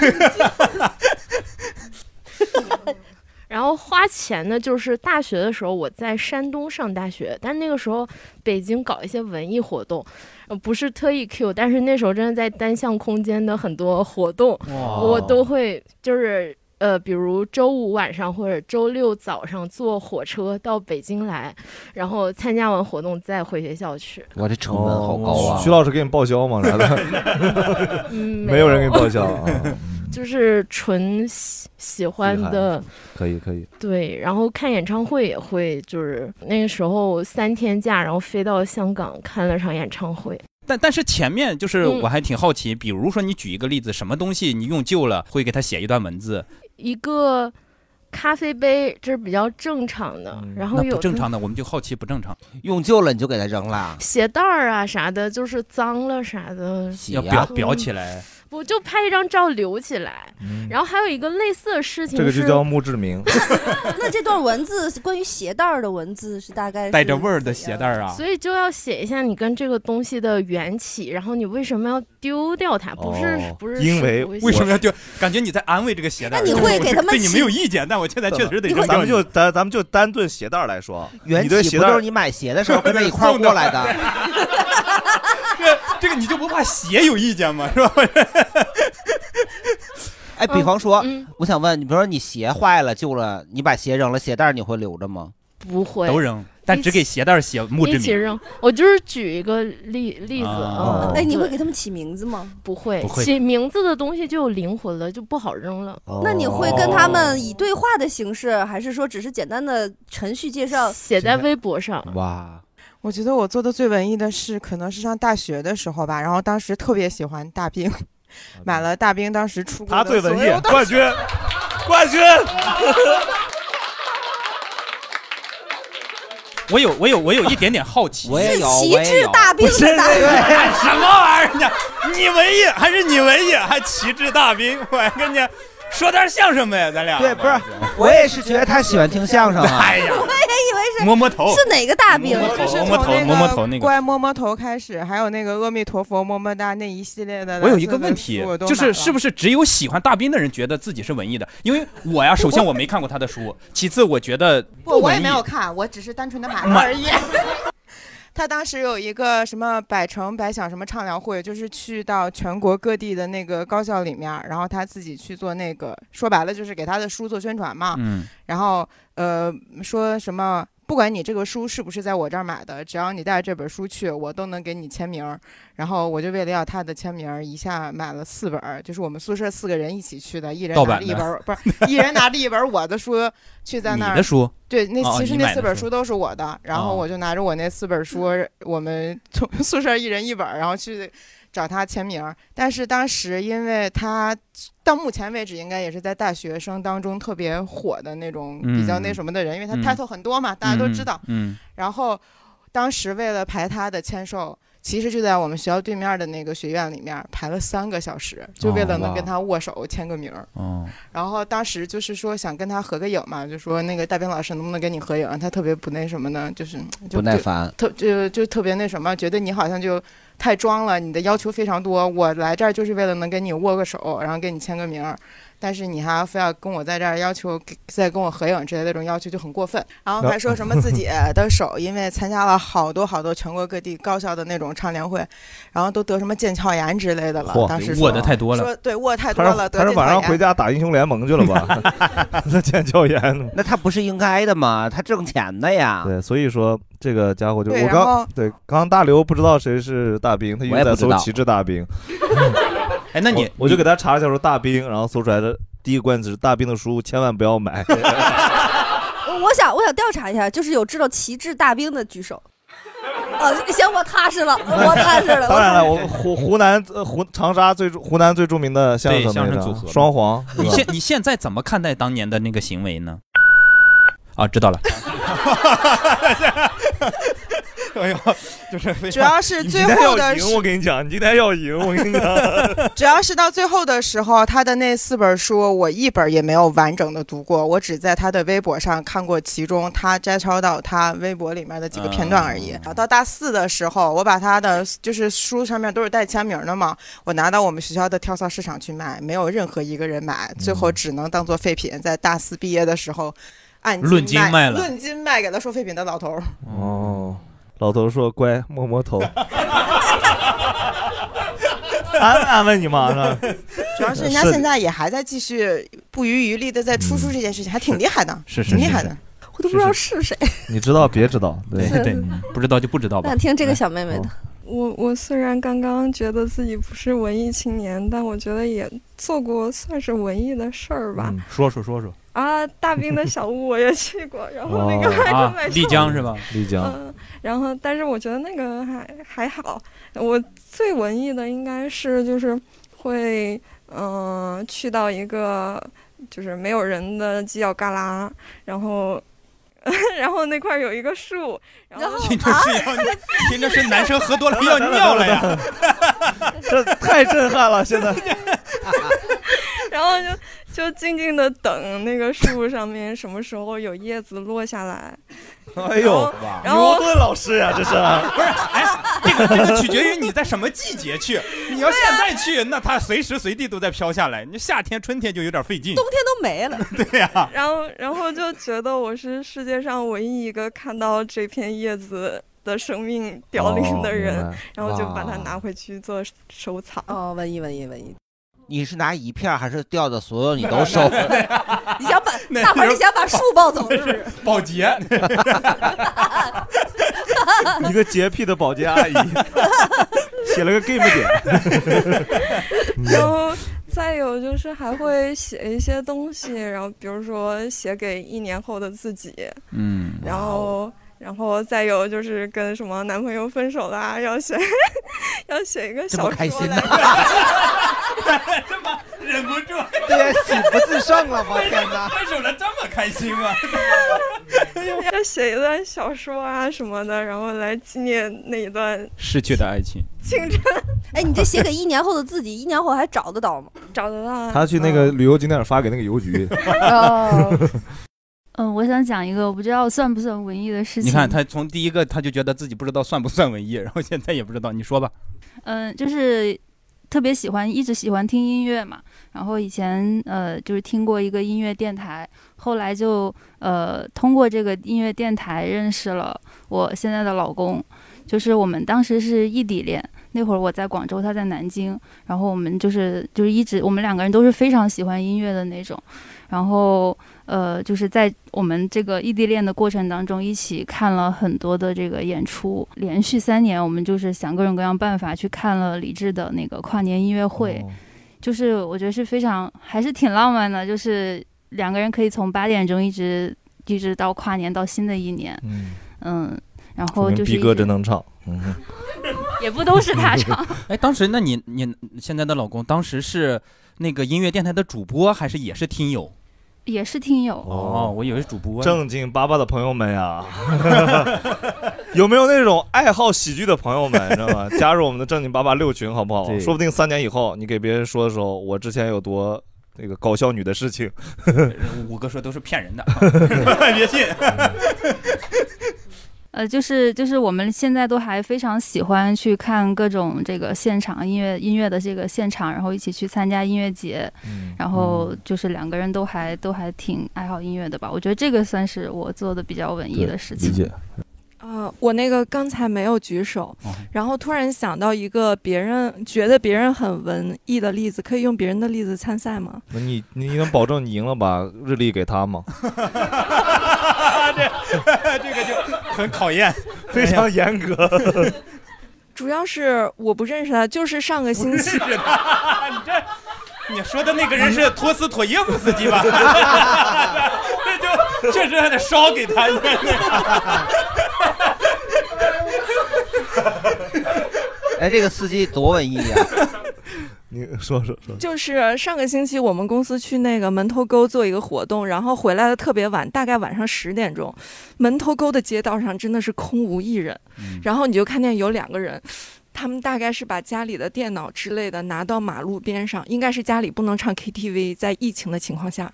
Speaker 12: 然后花钱呢，就是大学的时候我在山东上大学，但那个时候北京搞一些文艺活动，呃不是特意 Q，但是那时候真的在单向空间的很多活动，
Speaker 13: 哇
Speaker 12: 我都会就是呃，比如周五晚上或者周六早上坐火车到北京来，然后参加完活动再回学校去。
Speaker 3: 我这成本好高啊！
Speaker 1: 哦徐老师给你报销吗？啥的，
Speaker 12: 嗯
Speaker 1: 没有人给你报销啊，
Speaker 12: 就是纯喜喜欢的，
Speaker 1: 可以可以，
Speaker 12: 对，然后看演唱会也会，就是那个时候三天假，然后飞到香港看了场演唱会。
Speaker 2: 但但是前面就是
Speaker 12: 嗯
Speaker 2: 我还挺好奇，比如说你举一个例子，什么东西你用旧了会给他写一段文字，
Speaker 12: 一个咖啡杯，这是比较正常的。
Speaker 1: 嗯
Speaker 12: 然后
Speaker 2: 那
Speaker 12: 有
Speaker 2: 不正常
Speaker 12: 的
Speaker 2: 的我们就好奇不正常，
Speaker 3: 用旧了你就给它扔了，
Speaker 12: 鞋带儿啊啥的，就是脏了啥的，
Speaker 2: 要
Speaker 3: 啊
Speaker 2: 裱裱起。来，嗯
Speaker 12: 不就拍一张照留起来，然后还有一个类似的事情
Speaker 1: 这个
Speaker 12: 是
Speaker 1: 就叫墓志铭，
Speaker 4: 那这段文字关于鞋带儿的文字是大概是
Speaker 2: 带着味儿的鞋带儿啊
Speaker 12: 所。以就要写一下你跟这个东西的缘起，然后你为什么要丢掉它？不是、
Speaker 2: 哦
Speaker 12: 不是
Speaker 2: 因为
Speaker 12: 舍不
Speaker 2: 为什么要丢？ 感觉你在安慰这个鞋带儿。
Speaker 12: 那你会给他们
Speaker 2: 对你
Speaker 12: 起
Speaker 2: 没有意见，但我现在确实得扔
Speaker 1: 咱
Speaker 2: 掉
Speaker 1: 们
Speaker 2: 你。
Speaker 1: 就咱咱们就单论鞋带儿来说，
Speaker 3: 缘
Speaker 1: 你对
Speaker 3: 起
Speaker 1: 鞋
Speaker 3: 不
Speaker 1: 带
Speaker 3: 就
Speaker 1: 儿
Speaker 3: 是你买鞋的时候跟着一块儿过来的？
Speaker 2: 这个你就不怕鞋有意见吗？是吧？
Speaker 3: 哎，
Speaker 12: 嗯
Speaker 3: 比方说，我想问你，比如说你鞋坏了、旧了，你把鞋扔了，鞋带儿你会留着吗？
Speaker 12: 不会
Speaker 2: 都扔，但只给鞋带儿写墓
Speaker 12: 一
Speaker 2: 志
Speaker 12: 起
Speaker 2: 铭。
Speaker 12: 扔。我就是举一个例例子啊。
Speaker 2: 啊
Speaker 4: 哎，你会
Speaker 12: 对
Speaker 4: 给他们起名字吗？
Speaker 12: 不会
Speaker 2: 不会哦
Speaker 12: 起名字的东西就有灵魂了，就不好扔了。
Speaker 4: 那你会跟他们以对话的形式，还是说只是简单的程序介绍？
Speaker 12: 写在微博上。
Speaker 3: 哇，
Speaker 14: 我觉得我做的最文艺的事，可能是上大学的时候吧。然后当时特别喜欢大冰，买了大冰当时出 过
Speaker 1: 他
Speaker 14: 的
Speaker 1: 最文
Speaker 14: 所
Speaker 1: 艺
Speaker 2: 啊
Speaker 14: 有， 的
Speaker 1: 冠军，冠军。
Speaker 2: 我有，我有，我有一点点 好奇。
Speaker 3: 我也
Speaker 2: 有
Speaker 4: 旗帜大兵的大
Speaker 2: 干哎什么玩意儿呢？你文艺还是你文艺，还旗帜大兵？我跟你说点相声呗，咱俩。
Speaker 3: 对，不是，我也是觉得他喜欢听相声啊。
Speaker 2: 哎呀
Speaker 4: 我也以为是
Speaker 2: 摸摸头
Speaker 4: 是哪个大兵？
Speaker 14: 啊就是
Speaker 2: 摸摸头
Speaker 14: 从
Speaker 2: 摸摸
Speaker 14: 那
Speaker 2: 头
Speaker 14: 个
Speaker 2: 那个
Speaker 14: 乖摸摸头开始，还有那个阿弥陀佛么么哒那一系列的。
Speaker 2: 我有一个问题
Speaker 14: 所有的书
Speaker 2: 就
Speaker 14: 我，都
Speaker 2: 是
Speaker 14: 买
Speaker 2: 是
Speaker 14: 了
Speaker 2: 不是只有喜欢大兵的人觉得自己是文艺的？因为我呀，首先我没看过他的书，其次我觉得
Speaker 14: 不，我
Speaker 2: 文
Speaker 14: 也
Speaker 2: 艺
Speaker 14: 没有看，我只是单纯的买了
Speaker 2: 买
Speaker 14: 而已。 他当时有一个什么百城百想什么畅聊会，就是去到全国各地的那个高校里面，然后他自己去做那个，说白了就是给他的书做宣传嘛。
Speaker 13: 嗯
Speaker 14: 然后呃，说什么不管你这个书是不是在我这儿买的，只要你带着这本书去，我都能给你签名儿。然后我就为了要他的签名儿，一下买了四本儿，就是我们宿舍四个人一起去的，一人
Speaker 2: 盗
Speaker 14: 拿
Speaker 2: 版
Speaker 14: 着一
Speaker 2: 的
Speaker 14: 本儿， 不是一人拿着一本儿我的书去在那儿。
Speaker 2: 你的书
Speaker 14: 对，那
Speaker 2: 哦
Speaker 14: 其实
Speaker 2: 你
Speaker 14: 那
Speaker 2: 买
Speaker 14: 四
Speaker 2: 的
Speaker 14: 本
Speaker 2: 书
Speaker 14: 书都是我的，然后
Speaker 2: 哦
Speaker 14: 我就拿着我那四本书，我们从 宿舍一人一本儿，然后去找他签名儿。但是当时因为他到目前为止应该也是在大学生当中特别火的那种比较那
Speaker 13: 嗯
Speaker 14: 什么的人，因为他
Speaker 13: 嗯
Speaker 10: 嗯
Speaker 14: title 很多嘛，大家都知道。
Speaker 13: 嗯，
Speaker 14: 然后当时为了排他的签售，其实就在我们学校对面的那个学院里面排了三个小时，就为了能跟他握手签个名儿。
Speaker 2: 哦，
Speaker 14: 然后当时就是说想跟他合个影嘛，就说那个大兵老师能不能跟你合影？他特别不那什么呢，就是就
Speaker 3: 不耐烦
Speaker 14: 特就就特别那什么，觉得你好像就太装了，你的要求非常多。我来这儿就是为了能跟你握个手，然后给你签个名儿，但是你还非要跟我在这儿要求给再跟我合影之类的这种要求就很过分。然后还说什么 自己的手，因为参加了好多好多全国各地高校的那种唱联会，然后都得什么腱鞘炎之类的了
Speaker 1: 嚯。
Speaker 14: 当时
Speaker 1: 握得太多了
Speaker 14: 说对握太多
Speaker 1: 他
Speaker 14: 了，
Speaker 1: 是
Speaker 14: 得
Speaker 1: 他是
Speaker 14: 腱
Speaker 1: 晚
Speaker 14: 鞘
Speaker 1: 上
Speaker 14: 炎。
Speaker 1: 回家打英雄联盟去了吧？ 那腱鞘炎，
Speaker 3: 那他不是应该的吗？他挣钱的呀。
Speaker 1: 对，所以说这个家伙就
Speaker 3: 对
Speaker 1: 我
Speaker 3: 然后
Speaker 1: 刚对刚刚大刘不知道谁是大兵，他一
Speaker 3: 我
Speaker 1: 直
Speaker 3: 也不
Speaker 1: 在
Speaker 3: 知
Speaker 1: 搜
Speaker 3: 道
Speaker 1: 旗帜大 兵。
Speaker 2: 哎，那你
Speaker 1: 我我就给他查了一下说大兵，然后搜出来的第一个关键词是大兵的书千万不要买。
Speaker 4: 我想我想调查一下，就是有知道旗帜大兵的举手。啊，行，我踏实了，我踏 实了。
Speaker 1: 当然了，我湖湖南呃湖长沙最著湖南最著名的相
Speaker 2: 对
Speaker 1: 声
Speaker 2: 相
Speaker 1: 那
Speaker 2: 声
Speaker 1: 个
Speaker 2: 组合嘛
Speaker 1: 双簧，对
Speaker 2: 你
Speaker 1: 吧
Speaker 2: 现你现在怎么看待当年的那个行为呢？啊，知道了。 哎呦，就是 非常
Speaker 14: 主要是最后的是
Speaker 1: 跟你讲，你今天要赢，我跟你讲。
Speaker 14: 主要是到最后的时候，他的那四本书我一本也没有完整的读过，我只在他的微博上看过其中他摘抄到他微博里面的几个片段而已。
Speaker 1: 哦
Speaker 14: 到大四的时候，我把他的就是书上面都是带签名的嘛，我拿到我们学校的跳蚤市场去卖，没有任何一个人
Speaker 1: 嗯
Speaker 14: 买，最后只能当做废品，在大四毕业的时候按
Speaker 1: 论斤
Speaker 14: 卖
Speaker 1: 卖了
Speaker 14: 论斤卖给了收废品的 老头儿。
Speaker 1: 哦，老头说乖，摸摸头，安安慰你嘛是吧？
Speaker 14: 主要是人家现在也还在继续不遗余力的在出书这件事情，还挺厉害的，
Speaker 1: 嗯是是
Speaker 14: 挺厉
Speaker 1: 是
Speaker 14: 害
Speaker 1: 是
Speaker 14: 的。
Speaker 4: 我都不知道是谁。
Speaker 1: 你知道别知道，对
Speaker 4: 是
Speaker 2: 对，嗯不知道就不知道
Speaker 4: 我
Speaker 2: 吧嗯
Speaker 4: 想。听这个小妹妹的。
Speaker 13: 我我虽然刚刚觉得自己不是文艺青年，但我觉得也做过算是文艺的事儿吧。
Speaker 2: 嗯
Speaker 7: 说说说说，
Speaker 13: 啊，大兵的小屋我也去过，然后那个
Speaker 7: 哦
Speaker 13: 还
Speaker 7: 啊
Speaker 13: 真没
Speaker 7: 丽江是吧
Speaker 1: 丽江
Speaker 13: 嗯，然后但是我觉得那个还还好。我最文艺的应该是就是会嗯、呃去到一个就是没有人的犄角旮旯，然后 然后那块儿有一个树，然后啊
Speaker 2: 听着是要，听着是男生喝多了要尿了呀！
Speaker 1: 这太震撼了， 现在。
Speaker 13: 然后就就静静的等那个树上面什么时候有叶子落下来。
Speaker 1: 哎呦，
Speaker 2: 啊
Speaker 13: 然后
Speaker 1: 牛顿老师呀， 这是。
Speaker 2: 不是，这个这个取决于你在什么季节去。你要现在去，那它随时随地都在飘下来。你夏天、春天就有点费劲。
Speaker 4: 冬天都没了。
Speaker 2: 对呀、
Speaker 13: 然后然后就觉得我是世界上唯一一个看到这片叶子的生命凋零的人，
Speaker 3: 哦明白
Speaker 13: 然后就把它拿回去做收藏。
Speaker 4: 哦，文艺文艺 文艺，
Speaker 3: 你是拿一片儿还是掉的所有你都收？
Speaker 4: 你想把大伙儿，你想把树抱走是 不是？
Speaker 2: 保洁，
Speaker 1: 一个洁癖的保洁阿姨，写了个 game 点。
Speaker 3: 嗯
Speaker 13: 然后再有就是还会写一些东西，然后比如说写给一年后的自己，
Speaker 2: 嗯
Speaker 13: 然
Speaker 3: 哦
Speaker 13: 后然后再有就是跟什么男朋友分手啦，要写 要写一个
Speaker 3: 这么
Speaker 13: 小
Speaker 3: 开
Speaker 13: 说
Speaker 3: 心
Speaker 13: 来
Speaker 3: 呢？
Speaker 2: 忍不住，
Speaker 3: 对，喜不自胜了，我天哪！
Speaker 2: 分手了这么开心啊吗？
Speaker 13: 要写一段小说啊什么的，然后来纪念那一段
Speaker 2: 逝去的爱情。
Speaker 13: 青春。
Speaker 4: 哎，你这写给一年后的自己，一年后还找得到吗？
Speaker 13: 找得到啊
Speaker 1: 他去那 个旅游景点发给那个邮局。
Speaker 6: 哦嗯，我想讲一个我不知道算不算文艺的事情。
Speaker 2: 你看他从第一个他就觉得自己不知道算不算文艺， 然后现在也不知道。你说吧，
Speaker 6: 嗯，就是特别喜欢，一直喜欢听音乐嘛。然后以前呃，就是听过一个音乐电台，后来就呃通过这个音乐电台认识了我现在的老公，就是我们当时是异地恋。那会儿我在广州，他在南京，然后我们就是就是一直我们两个人都是非常喜欢音乐的那种，然后呃就是在我们这个异地恋的过程当中，一起看了很多的这个演出，连续三年我们就是想各种各样办法去看了李志的那个跨年音乐
Speaker 1: 哦
Speaker 6: 会，就是我觉得是非常还是挺浪漫的，就是两个人可以从八点钟一直一直到跨年到新的一年，
Speaker 1: 嗯
Speaker 6: 然
Speaker 1: 说
Speaker 4: 哦
Speaker 6: 后
Speaker 1: 明
Speaker 6: 就是
Speaker 1: 逼
Speaker 6: 一
Speaker 1: 哥
Speaker 6: 直
Speaker 1: 真能唱，嗯哼，
Speaker 6: 也不都 是他唱。
Speaker 2: 哎，当时那你你现在的老公当时是那个音乐电台的主播，还是也是听友？
Speaker 6: 也是听友，
Speaker 1: 哦
Speaker 2: 哦，我以为是主播呢。
Speaker 1: 正经八八的朋友们呀， 有没有那种爱好喜剧的朋友们，你知道 吗？加入我们的正经八八六群好不好？
Speaker 2: 对
Speaker 1: 说不定三年以后，你给别人说的时候，我之前有多那个搞笑女的事情，
Speaker 2: 五哥说都是骗人的， 别信。
Speaker 6: 呃，就是就是我们现在都还非常喜欢去看各种这个现场音乐音乐的这个现场，然后一起去参加音乐节，然后就是两个人都还都还挺爱好音乐的吧。我觉得这个算是我做的比较文艺的事情。
Speaker 15: 解。
Speaker 13: 呃，我那个刚才没有举手，
Speaker 2: 哦
Speaker 13: 然后突然想到一个别人觉得别人很文艺的例子，可以用别人的例子参赛吗？
Speaker 1: 那你你能保证你赢了把日历给他 吗？
Speaker 2: 这 个就很考验，
Speaker 1: 非常严格。
Speaker 13: 主要是我不认识他，就是上个星期，
Speaker 2: 你说的那个人是托斯妥耶夫斯基吧？ 这就确实还得烧给他。
Speaker 3: 哎，这个司机多文艺啊呀！
Speaker 1: 你说说说，
Speaker 2: 嗯
Speaker 13: 就是上个星期我们公司去那个门头沟做一个活动，然后回来的特别晚，大概晚上十点钟，门头沟的街道上真的是空无一人，
Speaker 2: 嗯
Speaker 13: 然后你就看见有两个人。他们大概是把家里的电脑之类的拿到马路边上，应该是家里不能唱 KTV，在疫情的情况下，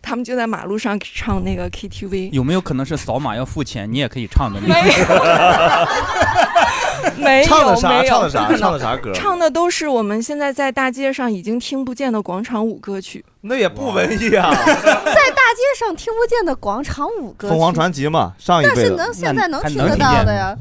Speaker 13: 他们就在马路上唱那个 KTV。
Speaker 2: 有没有可能是扫码要付钱，你也可以唱的？
Speaker 13: 没 没 有，
Speaker 2: 唱的啥
Speaker 13: 没有
Speaker 2: 唱的啥
Speaker 13: 不可能
Speaker 2: 唱的啥歌
Speaker 13: 唱的都是我们现在在大街上已经听不见的广场舞歌曲。
Speaker 1: 那也不文艺啊。
Speaker 4: 在大街上听不见的广场舞歌 曲，
Speaker 1: 凤凰传奇嘛，上一
Speaker 4: 但
Speaker 1: 辈
Speaker 4: 是
Speaker 1: 的
Speaker 4: 能现在能听得到的呀，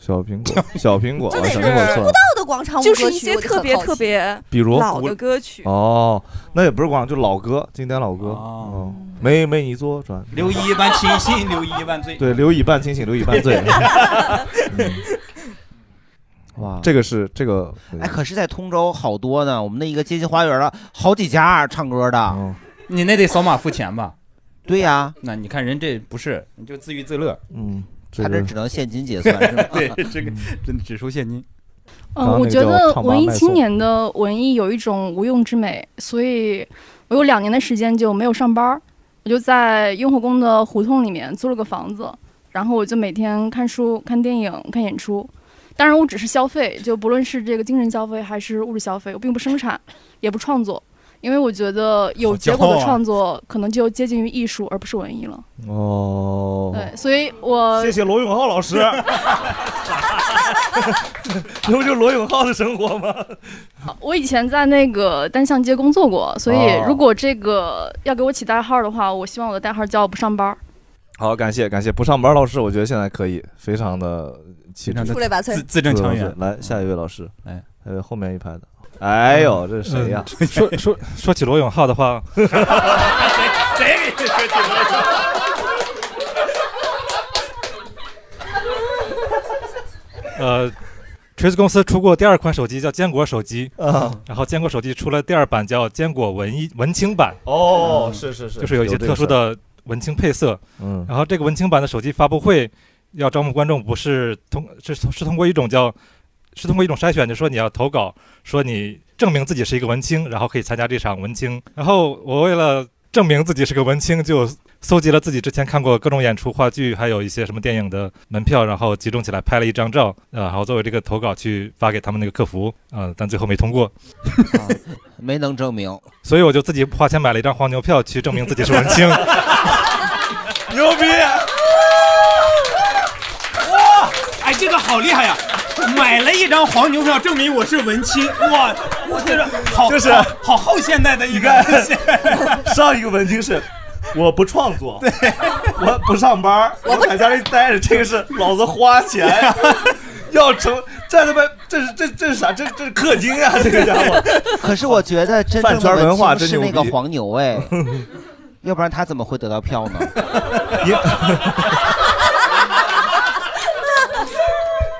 Speaker 1: 小苹果，小苹果，
Speaker 13: 就
Speaker 1: 小
Speaker 13: 得
Speaker 1: 苹
Speaker 13: 是
Speaker 1: 果
Speaker 13: 不
Speaker 1: 算
Speaker 13: 到。
Speaker 4: 的广场舞
Speaker 13: 就是
Speaker 4: 歌
Speaker 13: 一
Speaker 4: 曲
Speaker 13: 些
Speaker 4: 我就
Speaker 13: 特
Speaker 4: 很
Speaker 13: 别
Speaker 4: 好奇
Speaker 13: 特别
Speaker 1: 比如
Speaker 13: 老的歌曲。
Speaker 1: 哦，那也不是广场，就老歌，经典老歌。哦，没没你做转。
Speaker 2: 留一万清醒，留一万醉。
Speaker 1: 对，留一半清醒，留一半 醉。嗯哇，这个是这个，
Speaker 3: 哎，可是，在通州好多呢，我们的一个街心花园了，好几家唱歌
Speaker 1: 嗯
Speaker 3: 的。
Speaker 2: 你那得扫码付钱吧？
Speaker 3: 对呀，
Speaker 2: 那你看人这不是，你就自娱自乐。
Speaker 1: 嗯，
Speaker 3: 他这只能现金结算是吧
Speaker 2: 对，这个真的只收现金。
Speaker 15: 嗯，我觉得文艺青年的文艺有一种无用之美，所以我有两年的时间就没有上班儿，我就在雍和宫的胡同里面租了个房子，然后我就每天看书、看电影、看演出。当然，我只是消费，就不论是这个精神消费还是物质消费，我并不生产，也不创作，因为我觉得有结果
Speaker 1: 好骄
Speaker 15: 的
Speaker 1: 傲啊
Speaker 15: 创作可能就接近于艺术，而不是文艺了。
Speaker 1: 哦，
Speaker 15: 对，所以我
Speaker 1: 谢谢罗永浩老师。 这不就罗永浩的生活吗？
Speaker 15: 我以前在那个单向街工作过，所以
Speaker 1: 哦
Speaker 15: 如果这个要给我起代号的话，我希望我的代号叫不上班儿。
Speaker 1: 好，感谢感谢，不上班老师，我觉得现在可以，非常的气质，
Speaker 4: 地出类拔萃自
Speaker 2: 字正腔圆
Speaker 1: 对。对对来，下一位老师，
Speaker 2: 哎，
Speaker 1: 还有后面一排的，哎呦，这是谁呀？
Speaker 8: 嗯说说说起罗永浩的话，
Speaker 2: 谁给你说
Speaker 8: 呃锤子公司出过第二款手机叫坚果手机，
Speaker 1: 啊
Speaker 8: 然后坚果手机出了第二版叫坚果文艺文青版，嗯
Speaker 1: 哦是是是
Speaker 8: 就是有一
Speaker 1: 有
Speaker 8: 些
Speaker 1: 这个
Speaker 8: 特殊的文青配色，
Speaker 1: 嗯
Speaker 8: 然后这个文青版的手机发布会要招募观众，不是通是是通过一种叫是通过一种筛选，就说你要投稿，说你证明自己是一个文青，然后可以参加这场文青。然后我为了证明自己是个文青，就搜集了自己之前看过各种演出、话剧，还有一些什么电影的门票，然后集中起来拍了一张照，呃，然后作为这个投稿去发给他们那个客服，呃，但最后没通过，
Speaker 3: 没能证明。
Speaker 8: 所以我就自己花钱买了一张黄牛票去证明自己是文 青。
Speaker 1: 牛逼！
Speaker 2: 啊哇，哎，这个好厉害呀！买了一张黄牛票，证明我是文青。哇，我这是好，
Speaker 1: 就是
Speaker 2: 好好后现代的一 个。
Speaker 1: 上一个文青是。我不创作，对，我不上班，我在家里待着。这个是老子花钱，要成这他妈这是这这是啥？这这是氪金啊！这个家伙，
Speaker 3: 可是我觉得真正
Speaker 1: 饭圈
Speaker 3: 的
Speaker 1: 文化
Speaker 3: 青
Speaker 1: 真
Speaker 3: 是
Speaker 1: 牛
Speaker 3: 那个
Speaker 1: 逼
Speaker 3: 黄牛哎， 要不然他怎么会得到票呢？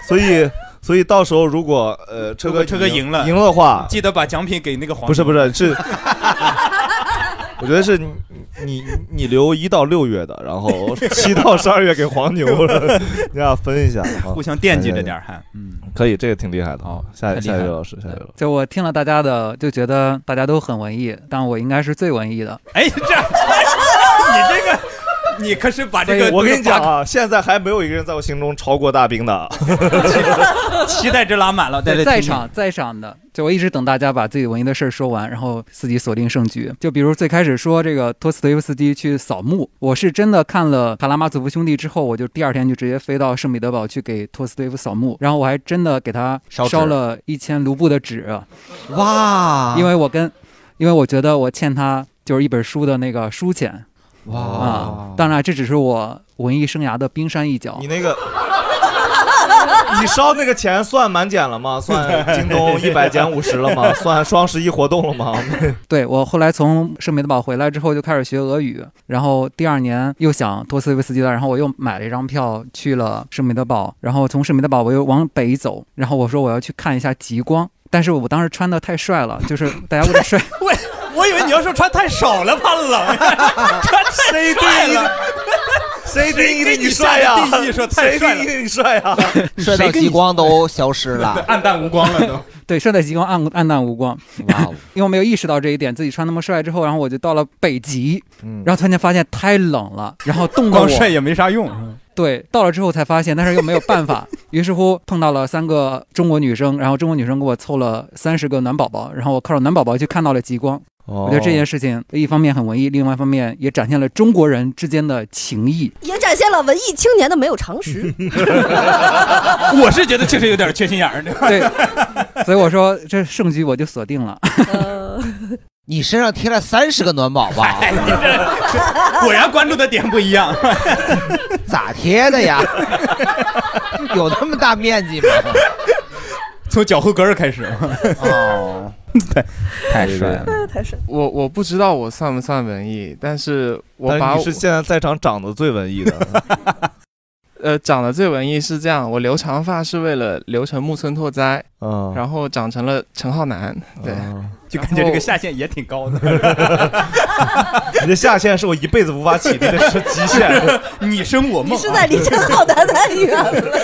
Speaker 1: 所以所以到时候如果呃车哥
Speaker 2: 车哥赢了
Speaker 1: 赢了的话，
Speaker 2: 记得把奖品给那个黄牛。
Speaker 1: 不是不是 是，我觉得是你你你留一到六月的，然后七到十二月给黄牛，你俩分一下，啊
Speaker 2: 互相惦记着点儿还，
Speaker 1: 嗯，可以，这个挺厉害的啊。下
Speaker 16: 太厉
Speaker 1: 下一
Speaker 16: 害
Speaker 1: 位
Speaker 16: 了
Speaker 1: 老师，下一位老师，
Speaker 16: 就我听了大家的，就觉得大家都很文艺，但我应该是最文艺的。
Speaker 2: 哎，这你这个你可是把
Speaker 1: 所
Speaker 2: 这
Speaker 1: 以
Speaker 2: 个，
Speaker 1: 我跟你讲
Speaker 2: 这个
Speaker 1: 啊，现在还没有一个人在我心中超过大兵的。啊
Speaker 2: 话，期待值拉满了，
Speaker 16: 对，
Speaker 2: 对，
Speaker 16: 在
Speaker 2: 听你
Speaker 16: 场在场的，就我一直等大家把自己文艺的事儿说完，然后自己锁定胜局。就比如最开始说这个托斯托耶夫斯基去扫墓，我是真的看了《卡拉马佐夫兄弟》之后，我就第二天就直接飞到圣彼得堡去给托斯托耶夫扫墓，然后我还真的给他
Speaker 3: 烧纸
Speaker 16: 烧了一千卢布的纸，
Speaker 3: 哇
Speaker 16: 因为我跟，因为我觉得我欠他就是一本书的那个书钱。
Speaker 3: 哇
Speaker 16: 啊！当然，这只是我文艺生涯的冰山一角。
Speaker 1: 你那个你 烧那个钱算满减了吗？算 京东一百减五十了 吗？算双十一活动了吗？
Speaker 16: 对我后来从圣彼得堡回来之后就开始学俄语，然后第二年又想托斯维斯基的，然后我又买了一张票去了圣彼得堡，然后从圣彼得堡我又往北走，然后我说我要去看一下极光，但是我当时穿的太帅了，就是大家为 了帅，
Speaker 2: 我以为你要说穿太少了，怕冷，穿太帅了。
Speaker 1: 谁
Speaker 2: 定义的
Speaker 1: 你
Speaker 2: 你
Speaker 1: 帅啊
Speaker 2: 帅
Speaker 1: 呀
Speaker 2: 呀？
Speaker 1: 谁
Speaker 2: 谁
Speaker 1: 定
Speaker 2: 定
Speaker 1: 义
Speaker 2: 义
Speaker 1: 的你帅啊呀？
Speaker 3: 帅到极光都消失了，
Speaker 2: 暗淡无光了都。
Speaker 16: 对，帅在极光暗暗淡无光。哇哦！ 因为我没有意识到这一点，自己穿那么帅之后，然后我就到了北极，
Speaker 1: 嗯
Speaker 16: 然后突然间发现太冷了，然后冻得我
Speaker 2: 光帅也没啥用。
Speaker 16: 对，到了之后才发现，但是又没有办 法，于是乎碰到了三个中国女生，然后中国女生给我凑了三十个暖宝宝，然后我靠着暖宝宝去看到了极光。
Speaker 2: 哦
Speaker 1: 我
Speaker 16: 觉得这件事情一方面很文艺，另外一方面也展现了中国人之间的情谊。
Speaker 4: 也展现了文艺青年的没有常 识。
Speaker 2: 我是觉得确实有点缺心眼儿，对 吧？
Speaker 16: 所以我说这胜局我就锁定了。
Speaker 3: 你身上贴了三十个暖宝宝，
Speaker 2: 哎果然关注的点不一样。
Speaker 3: 咋贴的呀？ 有那么大面积吗？
Speaker 2: 从脚后跟儿开始。
Speaker 3: 哦，
Speaker 17: 太帅 了，
Speaker 13: 太帅！
Speaker 17: 我我不知道我算不算文艺，但是我
Speaker 1: 但
Speaker 17: 把
Speaker 1: 是
Speaker 17: 我
Speaker 1: 你是现在在场长得最文艺的，
Speaker 17: 呃长得最文艺是这样，我留长发是为了留成木村拓哉，
Speaker 1: 嗯，
Speaker 17: 然后长成了陈浩南，对，
Speaker 2: 就感觉这个下限也挺高 的。
Speaker 1: 你的下限是我一辈子无法启迪的是极限。
Speaker 2: 你生我
Speaker 4: 你
Speaker 1: 啊
Speaker 4: 是在离陈浩南太远了。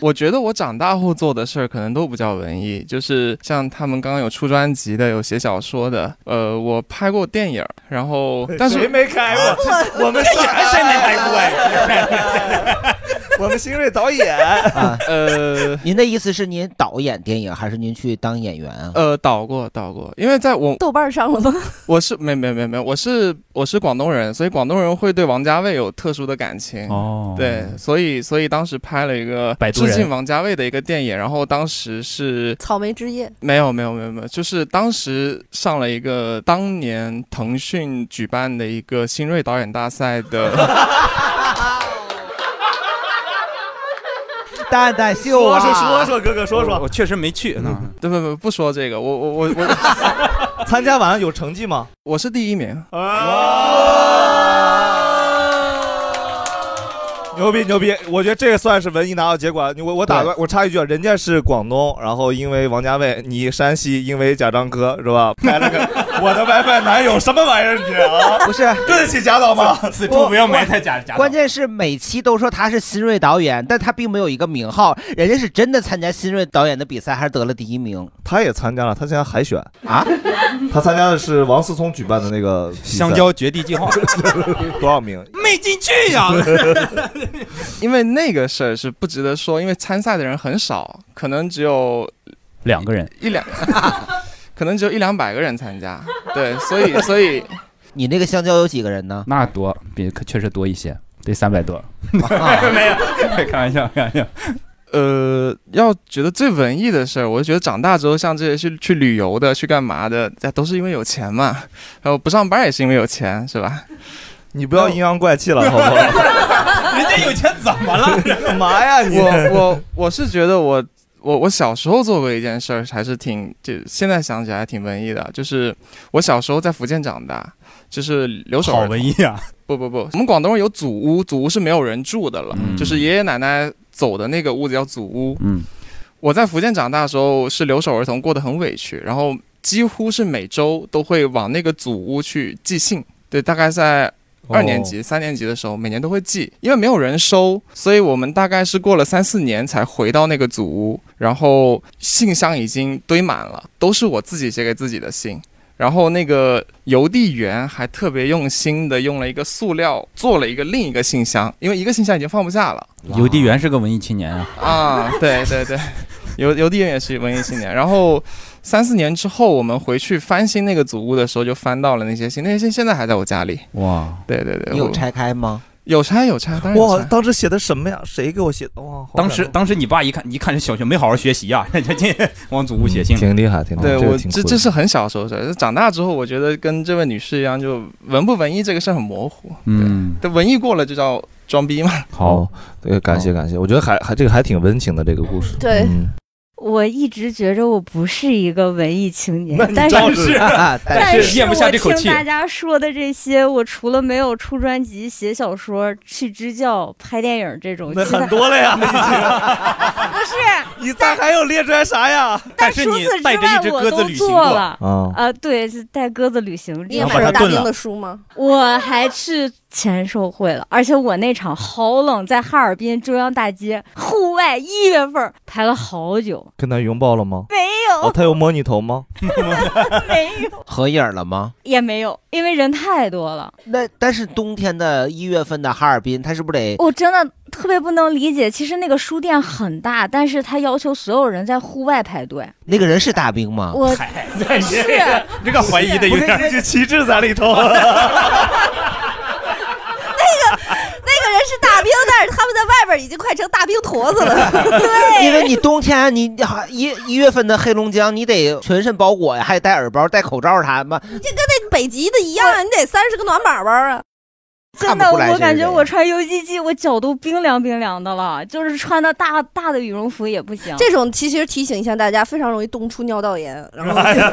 Speaker 17: 我觉得我长大后做的事儿可能都不叫文艺，就是像他们刚刚有出专辑的，有写小说的，呃，我拍过电影儿，然 后但是
Speaker 1: 谁没开啊过？我们
Speaker 2: 这演谁没开过
Speaker 1: 呀？我们新锐导演，
Speaker 3: 啊，
Speaker 17: 呃，
Speaker 3: 您的意思是您导演电影，还是您去当演员啊？
Speaker 17: 呃，导过导过，因为在我
Speaker 4: 豆瓣上了吗？
Speaker 17: 我是没没没没，我是我是广东人，所以广东人会对王家卫有特殊的感情。
Speaker 7: 哦
Speaker 17: 对，所以所以当时拍了一个
Speaker 7: 摆渡
Speaker 17: 致
Speaker 7: 人
Speaker 17: 敬王家卫的一个电影，然后当时是
Speaker 4: 草莓之夜，
Speaker 17: 没有没有没有没有，就是当时上了一个当年腾讯举办的一个新锐导演大赛的，
Speaker 3: 蛋蛋秀啊，
Speaker 1: 哥哥说说嗯
Speaker 2: 我确实没去呢。
Speaker 17: 对不不不说这个，我我我我
Speaker 1: 参加完有成绩吗？
Speaker 17: 我是第一名，
Speaker 1: 牛逼牛逼！我觉得这个算是文艺拿到结果。你我我打断，我插一句啊，人家是广东，然后因为王家卫，你山西因为贾樟柯是 吧？拍了个 我的 WiFi 男友什么玩意儿你啊？
Speaker 3: 不是
Speaker 1: 对得起贾导吗？
Speaker 2: 此
Speaker 3: 处不要埋
Speaker 2: 汰贾
Speaker 3: 关键是每期都说他是新锐导演，但他并没有一个名号，人家是真的参加新锐导演的比赛，还得了第一名。
Speaker 1: 他也参加了，他参加海选
Speaker 3: 啊，
Speaker 1: 他参加的是王思聪举办的那个
Speaker 2: 香蕉绝地计划
Speaker 1: 多少名？
Speaker 2: 没进去呀。
Speaker 17: 因为那个事儿是不值得说，因为参赛的人很少，可能只有
Speaker 7: 两个人，
Speaker 17: 一两， 可能只有一两百个人参加，对，所以所以
Speaker 3: 你那个香蕉有几个人呢？
Speaker 7: 那多比确实多一些，得三百多。
Speaker 2: 没有，
Speaker 7: 开玩笑，开玩笑。
Speaker 17: 呃，要觉得最文艺的事儿，我就觉得长大之后像这些去去旅游的、去干嘛的，哎都是因为有钱嘛，然后不上班也是因为有钱，是吧？
Speaker 1: 你不要阴阳怪气了，好不好？
Speaker 2: 人家有钱怎么了？
Speaker 1: 干嘛呀你
Speaker 17: 我我我是觉得我我我小时候做过一件事儿，还是挺就现在想起来还挺文艺的，就是我小时候在福建长大，就是留守
Speaker 2: 好
Speaker 17: 儿童
Speaker 2: 文艺啊！
Speaker 17: 不不不，我们广东人有祖屋，祖屋是没有人住的了，就是爷爷奶奶走的那个屋子叫祖屋。
Speaker 7: 嗯，
Speaker 17: 我在福建长大的时候是留守儿童，过得很委屈，然后几乎是每周都会往那个祖屋去寄信。对，大概在二哦年级、三年级的时候，每年都会寄，因为没有人收，所以我们大概是过了三四年才回到那个祖屋，然后信箱已经堆满了，都是我自己写给自己的信。然后那个邮递员还特别用心的用了一个塑料做了一个另一个信箱，因为一个信箱已经放不下了。
Speaker 2: 邮递员是个文艺青年啊。
Speaker 17: 啊，对对对，邮邮递员也是文艺青年。然后三四年之后，我们回去翻新那个祖屋的时候，就翻到了那些信，那些信现在还在我家里。
Speaker 1: 哇，
Speaker 17: 对对对，
Speaker 3: 你有
Speaker 17: 我
Speaker 3: 拆开吗？
Speaker 17: 有拆有拆，当然有
Speaker 1: 哇，
Speaker 17: 拆
Speaker 1: 当时写的什么呀？谁给我写的？哇，好
Speaker 2: 当
Speaker 1: 感
Speaker 2: 时
Speaker 1: 动
Speaker 2: 当时你爸一看一看这小学没好好学习呀、啊， 就进往祖屋写信，
Speaker 1: 挺厉害，挺厉
Speaker 17: 嗯
Speaker 1: 害
Speaker 17: 对
Speaker 1: 这个
Speaker 17: 我
Speaker 1: 挺
Speaker 17: 这
Speaker 1: 酷
Speaker 17: 这
Speaker 1: 的
Speaker 17: 是很小时候的事儿，长大之后我觉得跟这位女士一样，就文不文艺这个事儿很模糊。
Speaker 1: 嗯，
Speaker 17: 但文艺过了就叫装逼嘛。
Speaker 1: 好，对，哦感谢感谢，我觉得还还这个还挺温情的这个故事。
Speaker 18: 对
Speaker 1: 嗯
Speaker 18: 我一直觉着我不是一个文艺青年
Speaker 1: 那你，
Speaker 18: 但
Speaker 1: 倒
Speaker 18: 是
Speaker 1: 是 啊但
Speaker 18: 但
Speaker 1: 是
Speaker 18: 是
Speaker 1: 咽不下这口
Speaker 18: 我
Speaker 1: 气
Speaker 18: 听大家说的这些，我除了没有出专辑、写小说、去支教、拍电影这种，
Speaker 1: 那
Speaker 18: 其他
Speaker 1: 很多了 呀
Speaker 18: 不是，
Speaker 1: 你咋还有列出来啥呀？
Speaker 18: 但除此之外我都做了。
Speaker 1: 啊
Speaker 18: 啊，对，是带鸽子旅行。
Speaker 4: 你也买了大兵的书吗？
Speaker 18: 我还去签售会了，而且我那场好冷，在哈尔滨中央大街户外一月份儿排了好久，
Speaker 1: 跟他拥抱了吗？
Speaker 18: 没有
Speaker 1: 哦，他有摸你头 吗？
Speaker 18: 没有
Speaker 3: 合影了吗？
Speaker 18: 也没有，因为人太多了。
Speaker 3: 那但是冬天的一月份的哈尔滨，它是不是得
Speaker 18: 我真的特别不能理解，其实那个书店很大，但是他要求所有人在户外排队。
Speaker 3: 那个人是大兵吗？
Speaker 18: 我
Speaker 1: 是
Speaker 2: 这个怀疑的有点
Speaker 1: 不是这旗帜在里头。啊
Speaker 4: 那个人是大兵，但是他们在外边已经快成大兵坨子 了。
Speaker 3: 因为你冬天你一一月份的黑龙江，你得全身包裹呀，还得戴耳包、戴口罩啥嘛。
Speaker 4: 这跟那北极的一样，你得三十个暖宝宝啊。
Speaker 18: 真
Speaker 3: 看
Speaker 18: 的，
Speaker 3: 不出来
Speaker 18: 我
Speaker 3: 是
Speaker 18: 感
Speaker 3: 谁
Speaker 18: 觉我穿游击机，我脚都冰凉冰凉的了，就是穿的大大的羽绒服也不行。
Speaker 4: 这种其实提醒一下大家，非常容易冻出尿道炎，然后
Speaker 1: 哎呀，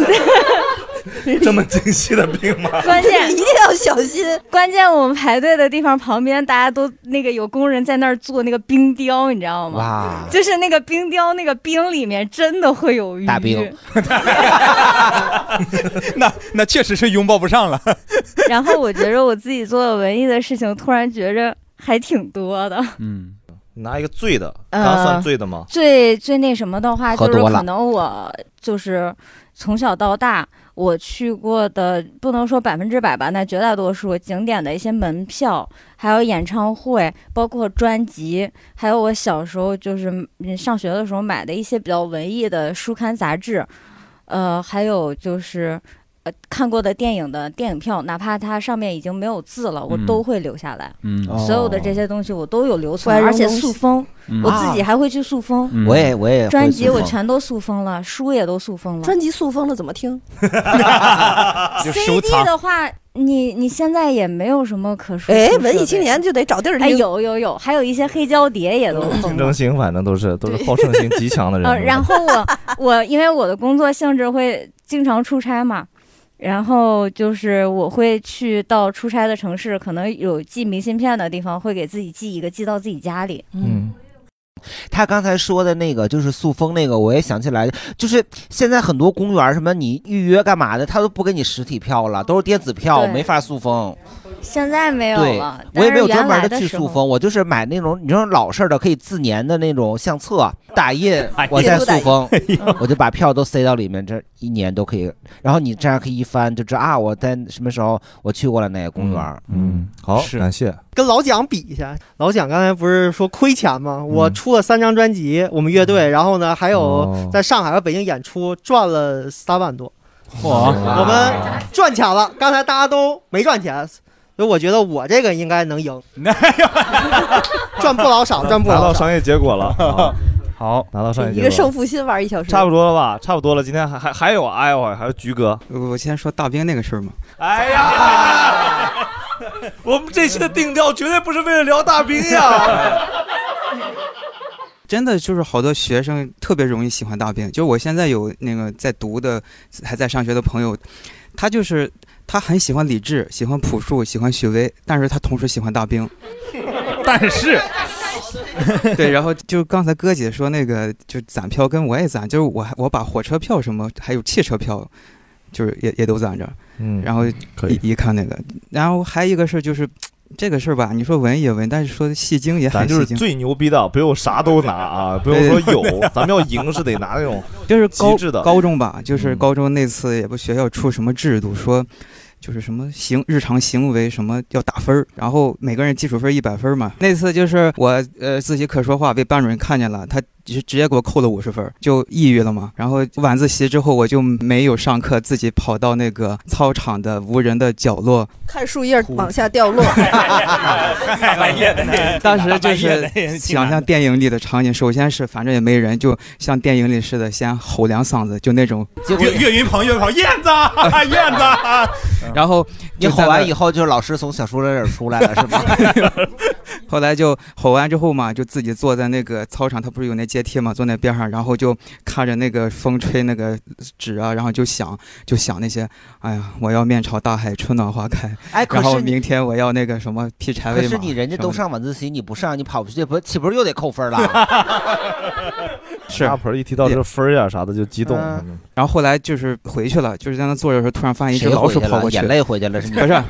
Speaker 1: 这么精细的病吗？
Speaker 18: 关 键
Speaker 4: 一定要小心。
Speaker 18: 关键我们排队的地方旁边，大家都那个有工人在那儿做那个冰雕，你知道吗？
Speaker 3: 哇，
Speaker 18: 就是那个冰雕，那个冰里面真的会有鱼。
Speaker 3: 大冰
Speaker 2: 那那确实是拥抱不上了。
Speaker 18: 然后我觉着我自己做的文艺的事情，突然觉着还挺多的。
Speaker 2: 嗯，
Speaker 1: 拿一个醉的，
Speaker 18: 呃
Speaker 1: 刚算醉的吗？
Speaker 18: 最最那什么的话，
Speaker 1: 喝
Speaker 18: 就
Speaker 1: 多
Speaker 18: 是
Speaker 1: 了
Speaker 18: 可能我就是从小到大我去过的，不能说百分之百吧，那绝大多数景点的一些门票，还有演唱会，包括专辑，还有我小时候就是嗯上学的时候买的一些比较文艺的书刊杂志，呃，还有就是。呃，看过的电影的电影票，哪怕它上面已经没有字了，我
Speaker 4: 嗯
Speaker 18: 都会留下来。
Speaker 4: 嗯
Speaker 18: 所有
Speaker 1: 哦
Speaker 18: 的这些东西我都有留存，
Speaker 4: 怀柔
Speaker 18: 而且
Speaker 4: 东西
Speaker 18: 塑封，
Speaker 4: 嗯
Speaker 18: 我自己还会去塑封。
Speaker 3: 嗯我也我也会
Speaker 18: 专辑
Speaker 3: 塑
Speaker 18: 我
Speaker 3: 封
Speaker 18: 全都塑封了，书也都塑封了。
Speaker 4: 专辑塑封了怎么听？
Speaker 2: 就
Speaker 18: CD 的话，你你现在也没有什么可说。
Speaker 4: 哎，文艺青年就得找地儿
Speaker 18: 哎，
Speaker 4: 听。
Speaker 18: 有有有，还有一些黑胶碟也都封
Speaker 1: 竞
Speaker 18: 了
Speaker 1: 争。心反正都是都是好胜心极强的人。
Speaker 18: 呃，然后我我因为我的工作性质会经常出差嘛，然后就是我会去到出差的城市，可能有寄明信片的地方，会给自己寄一个寄到自己家里。
Speaker 3: 嗯。他刚才说的那个就是塑封那个，我也想起来，就是现在很多公园儿什么你预约干嘛的，他都不给你实体票了，都是电子票，
Speaker 18: 对
Speaker 3: 没法塑封。
Speaker 18: 现在没有
Speaker 3: 对
Speaker 18: 了，，
Speaker 3: 我也没有
Speaker 18: 但是
Speaker 3: 专
Speaker 18: 原
Speaker 3: 门
Speaker 18: 来
Speaker 3: 的
Speaker 18: 的
Speaker 3: 去
Speaker 18: 时
Speaker 3: 塑
Speaker 18: 候
Speaker 3: 封，我就是买那种你说老式儿的可以自粘的那种相册，打 印，
Speaker 1: 哎
Speaker 3: 我再
Speaker 18: 印嗯
Speaker 3: 塑封，我就把票都塞到里面，这一年都可以。然后你这样可以一翻就知道啊，我在什么时候我去过了哪个公园儿。
Speaker 1: 嗯，好，感谢。
Speaker 10: 跟老蒋比一下，老蒋刚才不是说亏钱吗？
Speaker 1: 嗯
Speaker 10: 我出了三张专辑，我们乐队，然后呢还
Speaker 1: 哦
Speaker 10: 有在上海和北京演出，赚了三万多。
Speaker 2: 哇
Speaker 10: 我们赚钱了，刚才大家都没赚钱，所以我觉得我这个应该能赢。赚不老少，赚不
Speaker 1: 啊拿
Speaker 10: 老
Speaker 1: 到
Speaker 10: 少。
Speaker 1: 商业结果 了。啊
Speaker 2: 好，
Speaker 1: 拿到商业
Speaker 4: 一
Speaker 1: 结
Speaker 4: 个
Speaker 1: 果了。
Speaker 4: 胜负心玩一小时，
Speaker 1: 哎差不多了吧，差不多了。今天还还还有啊，哎呦，还有菊哥。
Speaker 19: 我先说大兵那个事儿嘛，
Speaker 1: 哎呀，我们这期的定调绝对不是为了聊大兵
Speaker 19: 哎
Speaker 1: 呀。
Speaker 19: 真的就是好多学生特别容易喜欢大兵。就我现在有那个在读的还在上学的朋友，他就是他很喜欢李志，喜欢朴树，喜欢许巍，但是他同时喜欢大兵。
Speaker 2: 但是
Speaker 19: 对，然后就刚才哥姐说那个，就攒票跟我也攒，就是我还我把火车票什么，还有汽车票，就是也也都攒着。
Speaker 1: 嗯
Speaker 19: 然后一一看那个，然后还有一个事儿就是，这个事儿吧，你说文也文，但是说戏精也
Speaker 1: 咱
Speaker 19: 很
Speaker 1: 就是
Speaker 19: 戏精，
Speaker 1: 最牛逼的，不用啥都拿啊，不用
Speaker 19: 对
Speaker 1: 说
Speaker 19: 对
Speaker 1: 有，咱们要赢是得拿那种
Speaker 19: 就是
Speaker 1: 极
Speaker 19: 高
Speaker 1: 致的嗯
Speaker 19: 高中吧，就是高中那次也不学校出什么制度说。就是什么行日常行为什么要打分儿，然后每个人基础分一百分儿嘛。那次就是我呃自习课说话被班主任看见了，他直直接给我扣了五十分儿，就抑郁了嘛。然后晚自习之后我就没有上课，自己跑到那个操场的无人的角落
Speaker 4: 看树叶往下 掉落。
Speaker 19: 当时就是想象电影里的场景，首先是反正也没人，就像电影里似的，先吼两嗓子，就那种。
Speaker 3: 嗯
Speaker 2: 岳岳云鹏，岳云鹏，燕 子，燕子。
Speaker 19: 然后
Speaker 3: 你吼完以后，就是老师从小书桌这儿出来了，是吗？
Speaker 19: 后来就吼完之后嘛，就自己坐在那个操场，它不是有那阶梯嘛，坐那边上，然后就看着那个风吹那个纸啊，然后就想就想那些，哎呀，我要面朝大海，春暖花开。
Speaker 3: 哎可
Speaker 19: 然后
Speaker 3: 是你
Speaker 19: 明天我要那个什么劈柴
Speaker 3: 可
Speaker 19: 喂马。
Speaker 3: 是你人家都
Speaker 19: 什么的
Speaker 3: 上晚自习，你不上，你跑不去，不岂不是又得扣分了？
Speaker 19: 是
Speaker 1: 阿婆一提到这分儿呀啥的就激动。
Speaker 19: 嗯然后后来就是回去了，就是在那坐着的时候，突然发现一只
Speaker 3: 谁
Speaker 19: 老鼠
Speaker 3: 回去
Speaker 19: 跑
Speaker 3: 了
Speaker 19: 过去，
Speaker 3: 眼泪回去了是吗
Speaker 19: 不是，
Speaker 1: 啊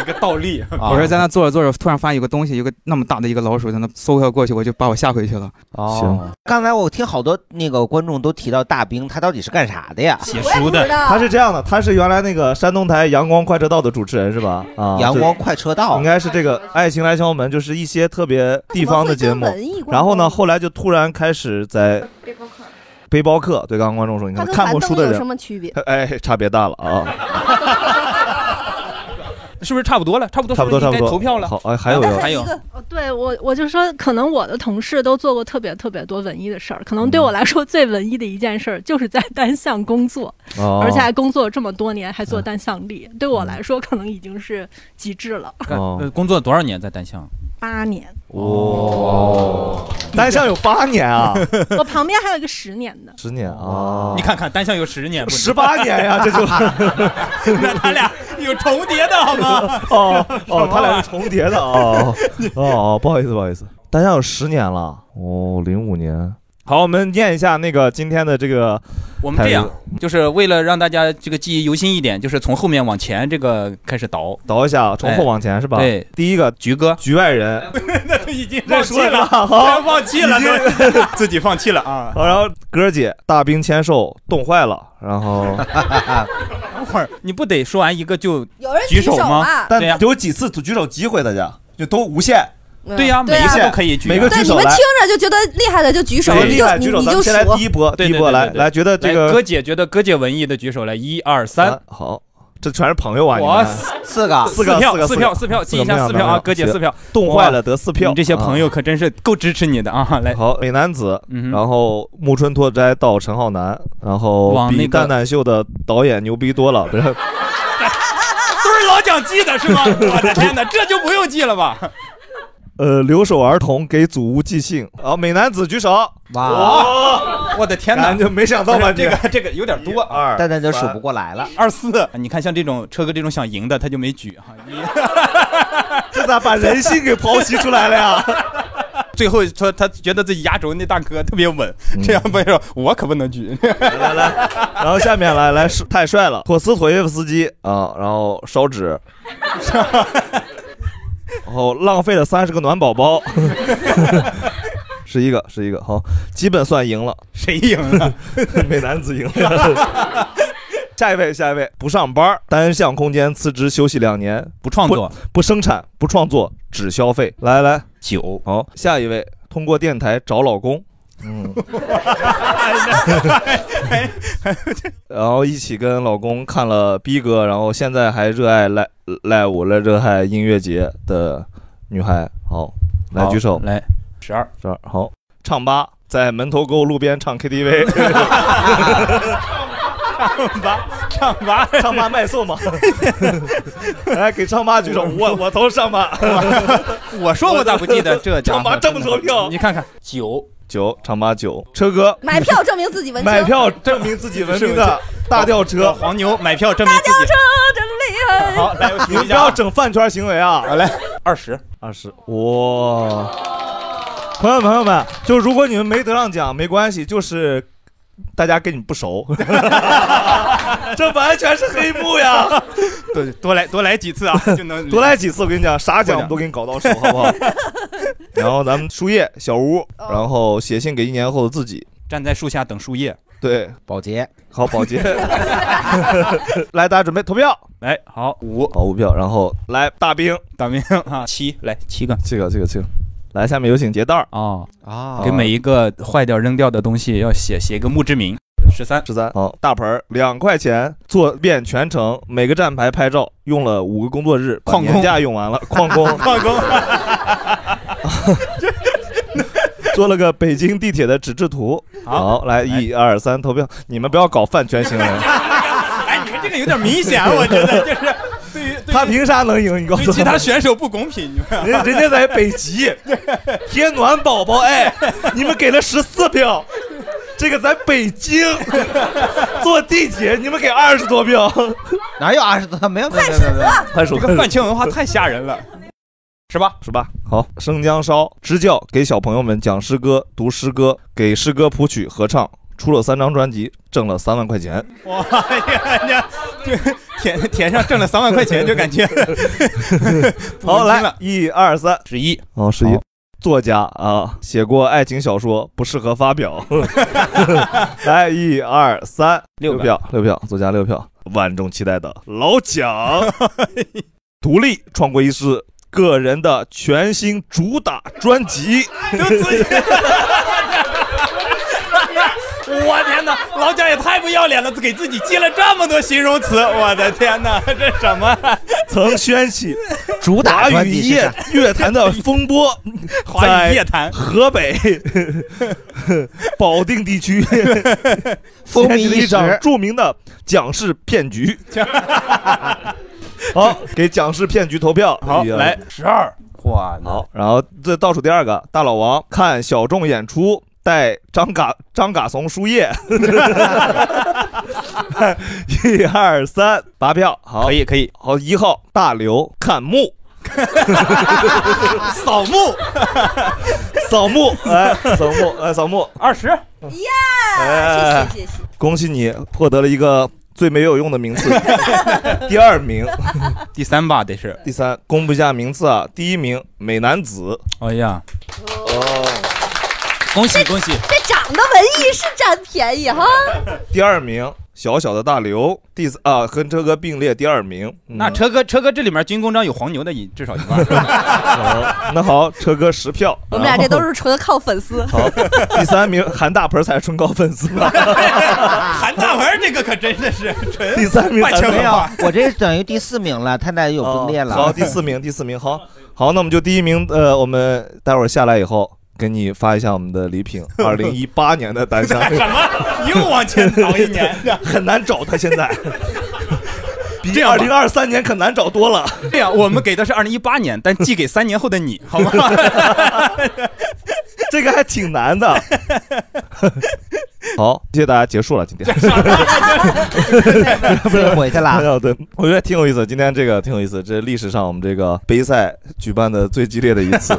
Speaker 2: 一个倒立，
Speaker 19: 我是在那坐着坐着，突然发现有个东西，有个那么大的一个老鼠在那嗖一下过去，我就把我吓回去了。
Speaker 3: 哦，刚才我听好多那个观众都提到大兵，他到底是干啥的呀？
Speaker 1: 写书的，他是这样的，他是原来那个山东台《阳光快车道》的主持人是吧？啊，
Speaker 3: 阳光
Speaker 1: 快车道应该是这个《爱情来敲门》，就是一些特别地方的节目
Speaker 4: 他怎么会这么文艺。
Speaker 1: 然后呢，后来就突然开始在
Speaker 4: 背包客，
Speaker 1: 背包客，对，刚刚观众说，你
Speaker 4: 他
Speaker 1: 看
Speaker 4: 跟
Speaker 1: 看
Speaker 4: 樊
Speaker 1: 过书
Speaker 4: 登
Speaker 1: 的
Speaker 4: 有
Speaker 1: 人
Speaker 4: 什，么区别？
Speaker 1: 哎，差别大了啊，
Speaker 2: 是不是差不多了？差不多，
Speaker 1: 差不多
Speaker 2: 是
Speaker 1: 差
Speaker 2: 是
Speaker 1: 不多。
Speaker 2: 应该投票了。啊
Speaker 1: 好，哎，还有
Speaker 2: 还有，
Speaker 11: 哦对我，我就说，可能我的同事都做过特别特别多文艺的事儿，可能对
Speaker 1: 嗯
Speaker 11: 我来说最文艺的一件事儿，就是在 单项工作，
Speaker 1: 哦嗯
Speaker 11: 而且还工作了这么多年，还做单项力，对我来说可能已经是极致了。
Speaker 2: 干呃工作多少年在单项？
Speaker 11: 八年，
Speaker 1: 哦，单项有八年啊，
Speaker 11: 我旁边还有一个十年 的，
Speaker 1: 十年啊，
Speaker 2: 你看看单项有十年，
Speaker 1: 18年呀这就
Speaker 2: 那他俩有重叠的好吗？啊
Speaker 1: 哦哦，他俩是重叠的哦哦哦，不好意思不好意思，单项有十年了哦，零五年。好，我们念一下那个今天的这个，
Speaker 2: 我们这样，就是为了让大家这个记忆犹新一点，就是从后面往前这个开始倒哎
Speaker 1: 倒一下，从后往前是吧？
Speaker 2: 对，
Speaker 1: 第一个
Speaker 2: 菊哥，
Speaker 1: 局外人，
Speaker 2: 那都已经
Speaker 1: 认输了好
Speaker 2: 忘记了，
Speaker 1: 已
Speaker 2: 都自己放弃了 啊。
Speaker 1: 然后哥姐大兵签售冻坏了，然后
Speaker 2: 等会儿你不得说完一个就
Speaker 4: 有人
Speaker 2: 举手吗？对呀
Speaker 1: 但，有几次举手机会，大家就都无限。
Speaker 4: 嗯对呀对呀每一次都可以举啊
Speaker 1: 每个
Speaker 4: 对，
Speaker 1: 举
Speaker 4: 你
Speaker 1: 手
Speaker 4: 们
Speaker 1: 来
Speaker 4: 听。着就觉得厉害的就举手，
Speaker 1: 对
Speaker 4: 你
Speaker 1: 厉害
Speaker 4: 就你
Speaker 1: 举手，
Speaker 4: 你
Speaker 1: 咱
Speaker 4: 就
Speaker 1: 们先来
Speaker 4: 数
Speaker 1: 第一波，第
Speaker 2: 对
Speaker 1: 一
Speaker 2: 对
Speaker 1: 波
Speaker 2: 对
Speaker 1: 来
Speaker 2: 对
Speaker 1: 来，觉得这
Speaker 2: 来
Speaker 1: 个啊
Speaker 2: 哥姐觉得哥姐文艺的举手来，一二三，
Speaker 1: 好，这全是朋友啊！你
Speaker 2: 哇
Speaker 1: 们
Speaker 3: 四个
Speaker 1: 四
Speaker 2: 四
Speaker 1: 个
Speaker 2: 票
Speaker 1: 个
Speaker 2: 四票四票记一下
Speaker 1: 没有
Speaker 2: 四
Speaker 1: 没有
Speaker 2: 票啊
Speaker 1: 没有
Speaker 2: 哥姐
Speaker 1: 行
Speaker 2: 四票
Speaker 1: 冻
Speaker 2: 哇
Speaker 1: 坏了得四票，啊
Speaker 2: 你这些朋友可真是够支持你的啊！来，嗯
Speaker 1: 好，美男子，然后木村拓哉到陈浩南，然后
Speaker 2: 往那
Speaker 1: 比
Speaker 2: 个
Speaker 1: 蛋蛋秀的导演牛逼多了，不是？
Speaker 2: 都是老蒋记的是吗？我的天哪，这就不用记了吧？
Speaker 1: 呃，留守儿童给祖屋寄信。啊好，美男子举手。
Speaker 2: 哇，我的天哪，
Speaker 1: 咱就没想到吧
Speaker 2: 不是这
Speaker 1: 这
Speaker 2: 个这个有点多啊，
Speaker 3: 蛋蛋就数不过来了。
Speaker 2: 二四，啊你看像这种车哥这种想赢的，他就没举哈。
Speaker 1: 这咋把人性给剖析出来了呀？ 嗯
Speaker 2: 最后说他觉得自己压轴那大哥特别稳，这样被说我可不能举。
Speaker 1: 然后下面来来是太帅了，托斯妥耶夫斯基啊，然后烧纸， 然后浪费了三十个暖宝宝， 是一个是一个，好，基本算赢了。
Speaker 2: 谁赢了？
Speaker 1: 美男子赢了。 下一位，下一位，不上班，单向空间辞职休息两年，
Speaker 2: 不创作
Speaker 1: 不，生产，不创作，只消费。来来，
Speaker 2: 九，
Speaker 1: 好，下一位，通过电台找老公， 哎然后一起跟老公看了逼哥，然后现在还热爱赖赖我来热爱音乐节的女孩，好，来
Speaker 2: 好
Speaker 1: 举手，
Speaker 2: 来，十二，
Speaker 1: 十二，好，唱吧，在门头沟路边唱 KTV，
Speaker 2: 唱吧，唱吧，
Speaker 1: 唱吧卖 送嘛，来给唱吧举手，我我投唱吧，
Speaker 2: 我说我咋不记得这家
Speaker 1: 唱
Speaker 2: 伙
Speaker 1: 吧这么多票，
Speaker 2: 你看看九
Speaker 1: 九唱吧九，车哥
Speaker 4: 买票证明自己文青。
Speaker 1: 买票证明自己文明的大吊车，
Speaker 2: 哦黄牛买票证明自己。
Speaker 4: 真厉害。
Speaker 2: 好，来，我
Speaker 1: 你们不要整饭圈行为啊！
Speaker 2: 来，啊二十，
Speaker 1: 二十，哇！朋友们朋友们，就如果你们没得上奖没关系，就是大家跟你不 熟，这完全是黑幕 呀！
Speaker 2: 对，多来多来 几次啊，就能
Speaker 1: 多来几次，我跟你讲，啥奖都给你搞到手，好不好？ 然后咱们树叶小屋，
Speaker 4: 哦
Speaker 1: 然后写信给一年后的自己，
Speaker 2: 站在树下等树叶。
Speaker 1: 对，
Speaker 3: 保洁，
Speaker 1: 好，保洁。 来，大家准备投票。
Speaker 2: 来，好，
Speaker 1: 五，哎好五票，然后来大兵，
Speaker 2: 大兵啊，七，来七个，
Speaker 1: 这个这个这个，来，下面有请结蛋儿
Speaker 2: 啊
Speaker 1: 哦
Speaker 3: 啊
Speaker 2: 给 每一个坏掉扔掉的东西要写写一个墓志铭。十三
Speaker 1: 十三，好，大盆儿两块钱，坐遍全程，每个站牌拍照，用了五个工作日，把
Speaker 2: 旷工
Speaker 1: 年假用完 了，旷工，
Speaker 2: 旷工，
Speaker 1: 做了个北京地铁的纸质图。
Speaker 2: 好
Speaker 1: 好，来一二三，投票，你们不要搞饭圈行为。
Speaker 2: 哎，你 们这个有点明显，我觉得就是对于
Speaker 1: 他凭啥能赢？你告
Speaker 2: 对
Speaker 1: 诉我，
Speaker 2: 其他选手不公平，你们
Speaker 1: 人人家在北 极，天暖宝宝，哎，你们给了十四票，这个在 北京坐地铁，你们给二十多票，
Speaker 3: 哪有二十多？没有，快
Speaker 1: 数啊快数
Speaker 2: 这个饭圈文化太吓人了。是吧？
Speaker 1: 是吧？好，生姜烧支教给小朋友们讲诗歌、读诗歌，给诗歌谱曲合唱，出了三张专辑，挣了三万块钱。
Speaker 2: 哇呀呀，就田田上挣了三万块钱，就感 觉
Speaker 1: 好，来，一二三，
Speaker 2: 十一，
Speaker 1: 哦，十一，作家啊，写过爱情小说，不适合发表。 来，一二三，
Speaker 2: 六
Speaker 1: 六
Speaker 2: 个
Speaker 1: 票，六票，作家六票，万众期待的老蒋，独立创国医师个人的全新主打专辑。
Speaker 2: 我天哪，老蒋也太不要脸了，给自己接了这么多形容词，我的天哪， 这什么？
Speaker 1: 曾掀起
Speaker 3: 主
Speaker 2: 打
Speaker 1: 华
Speaker 2: 专
Speaker 1: 语
Speaker 2: 辑是
Speaker 1: 乐
Speaker 2: 啥
Speaker 1: 乐坛的风波，
Speaker 2: 华语乐坛
Speaker 1: 在河 北保定地区
Speaker 3: 风靡
Speaker 1: 掀起了
Speaker 3: 一时
Speaker 1: 场著名的蒋氏骗 局。好，给蒋氏骗局投票。哎
Speaker 2: 好
Speaker 1: 一二
Speaker 2: 来12，哇，
Speaker 1: 好，然后这倒数第二个，大老王看小众演出。带张嘎张嘎怂输液，一二三，八票，好，可
Speaker 2: 以可以，
Speaker 1: 好，一号大刘看墓，
Speaker 2: 扫墓，
Speaker 1: 扫墓，哎，扫墓，哎，扫墓，
Speaker 2: 二十，
Speaker 1: 哎，
Speaker 4: 谢谢谢谢。
Speaker 1: 恭喜你获得了一个最没有用的 名次，第二名，
Speaker 2: 第三吧，得是
Speaker 1: 第三。公布一下名次啊，第一名美男子，
Speaker 2: 哎呀，
Speaker 1: 哦，
Speaker 2: 恭喜恭喜。
Speaker 4: 这长得文艺是占便宜哈，
Speaker 1: 第二名小小的大刘，第三啊跟车哥并列第二名。嗯
Speaker 2: 那车哥，车哥这里面军功章有黄牛的一至少一半，
Speaker 1: 好那好，车哥十票。啊
Speaker 4: 我们俩这都是纯靠粉丝。
Speaker 1: 好，第三名韩大盆才是纯高粉丝吧？
Speaker 2: 韩大文这个可真的是纯
Speaker 1: 第三名
Speaker 2: 半
Speaker 1: 韩
Speaker 2: 成
Speaker 1: 大
Speaker 2: 文化。，
Speaker 3: 我这等于第四名了，他俩有并列了。
Speaker 1: 哦好，第四名，第四名，好，好，那我们就第一名，呃，我们待会儿下来以后，给你发一下我们的礼 品，二零一八年的单箱
Speaker 2: 什么？又往前倒一年，
Speaker 1: 很难找他现 在，比
Speaker 2: 这样
Speaker 1: 二
Speaker 2: 吧
Speaker 1: 零二三年可难找多了。
Speaker 2: 这样，啊我们给的是二零一八年，但寄给三年后的你，好吗？
Speaker 1: 这个还挺难的。好，谢谢大家，结束了今天。 不是
Speaker 3: 回去了
Speaker 1: 没有，对，我觉得挺有意思。今天这个挺有意思，这是历史上我们这个杯赛举办的最激烈的一 次。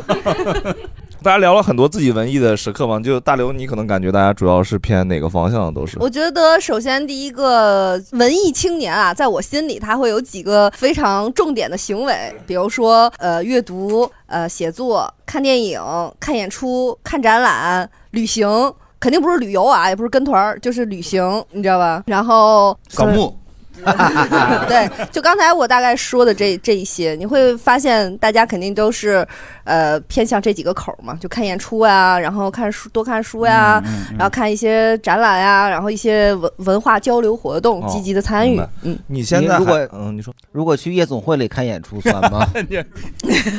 Speaker 1: 大家聊了很多自己文艺的时刻嘛，就大刘，你可能感觉大家主要是偏哪个方向的都是？
Speaker 4: 我觉得首先第一个文艺青年啊，在我心里他会有几个非常重点的行为，比如说呃阅读、呃写作、看电影、看演出、看展览、旅行，肯定不是旅游啊，也不是跟团儿，就是旅行，你知道吧？然后
Speaker 2: 扫 墓。
Speaker 4: 对，就刚才我大概说的这这一些，你会发现大家肯定都是，呃，偏向这几个口儿嘛，就看演出啊，然后看书多看书呀、然后看一些展览呀、然后一些文文化交流活动，
Speaker 3: 哦
Speaker 4: 积极的参与。嗯，
Speaker 1: 你现在
Speaker 3: 如果
Speaker 1: 还嗯，你说
Speaker 3: 如果去夜总会里看演出算 吗？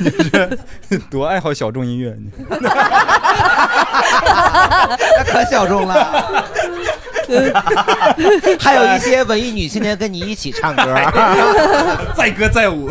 Speaker 2: 多爱好小众 音乐，
Speaker 3: 那可小众 了。还有一些文艺女青年跟你一起唱 歌，嗯
Speaker 2: 载歌载舞。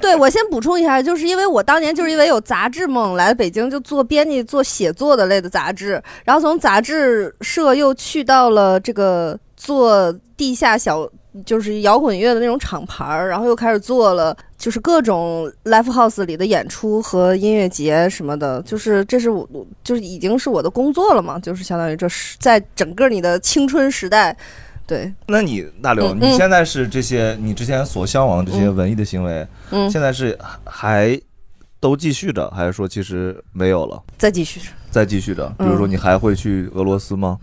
Speaker 4: 对，我先补充一下，就是因为我当年就是因为有杂志梦来北京，就做编辑、做写作的类的杂志，然后从杂志社又去到了这个做地下小就是摇滚乐的那种厂牌儿，然后又开始做了就是各种 live house 里的演出和音乐节什么的，就是这是我我就是已经是我的工作了嘛，就是相当于这是在整个你的青春时代，对，
Speaker 1: 那你大刘，
Speaker 4: 嗯
Speaker 1: 你
Speaker 4: 嗯
Speaker 1: 现在是这些你之前所向往的这些文艺的行为，
Speaker 4: 嗯
Speaker 1: 现在是还都继续着，还是说其实没有了？
Speaker 4: 再继续。
Speaker 1: 再继续着，比如说
Speaker 4: 嗯
Speaker 1: 你还会去俄罗斯 吗？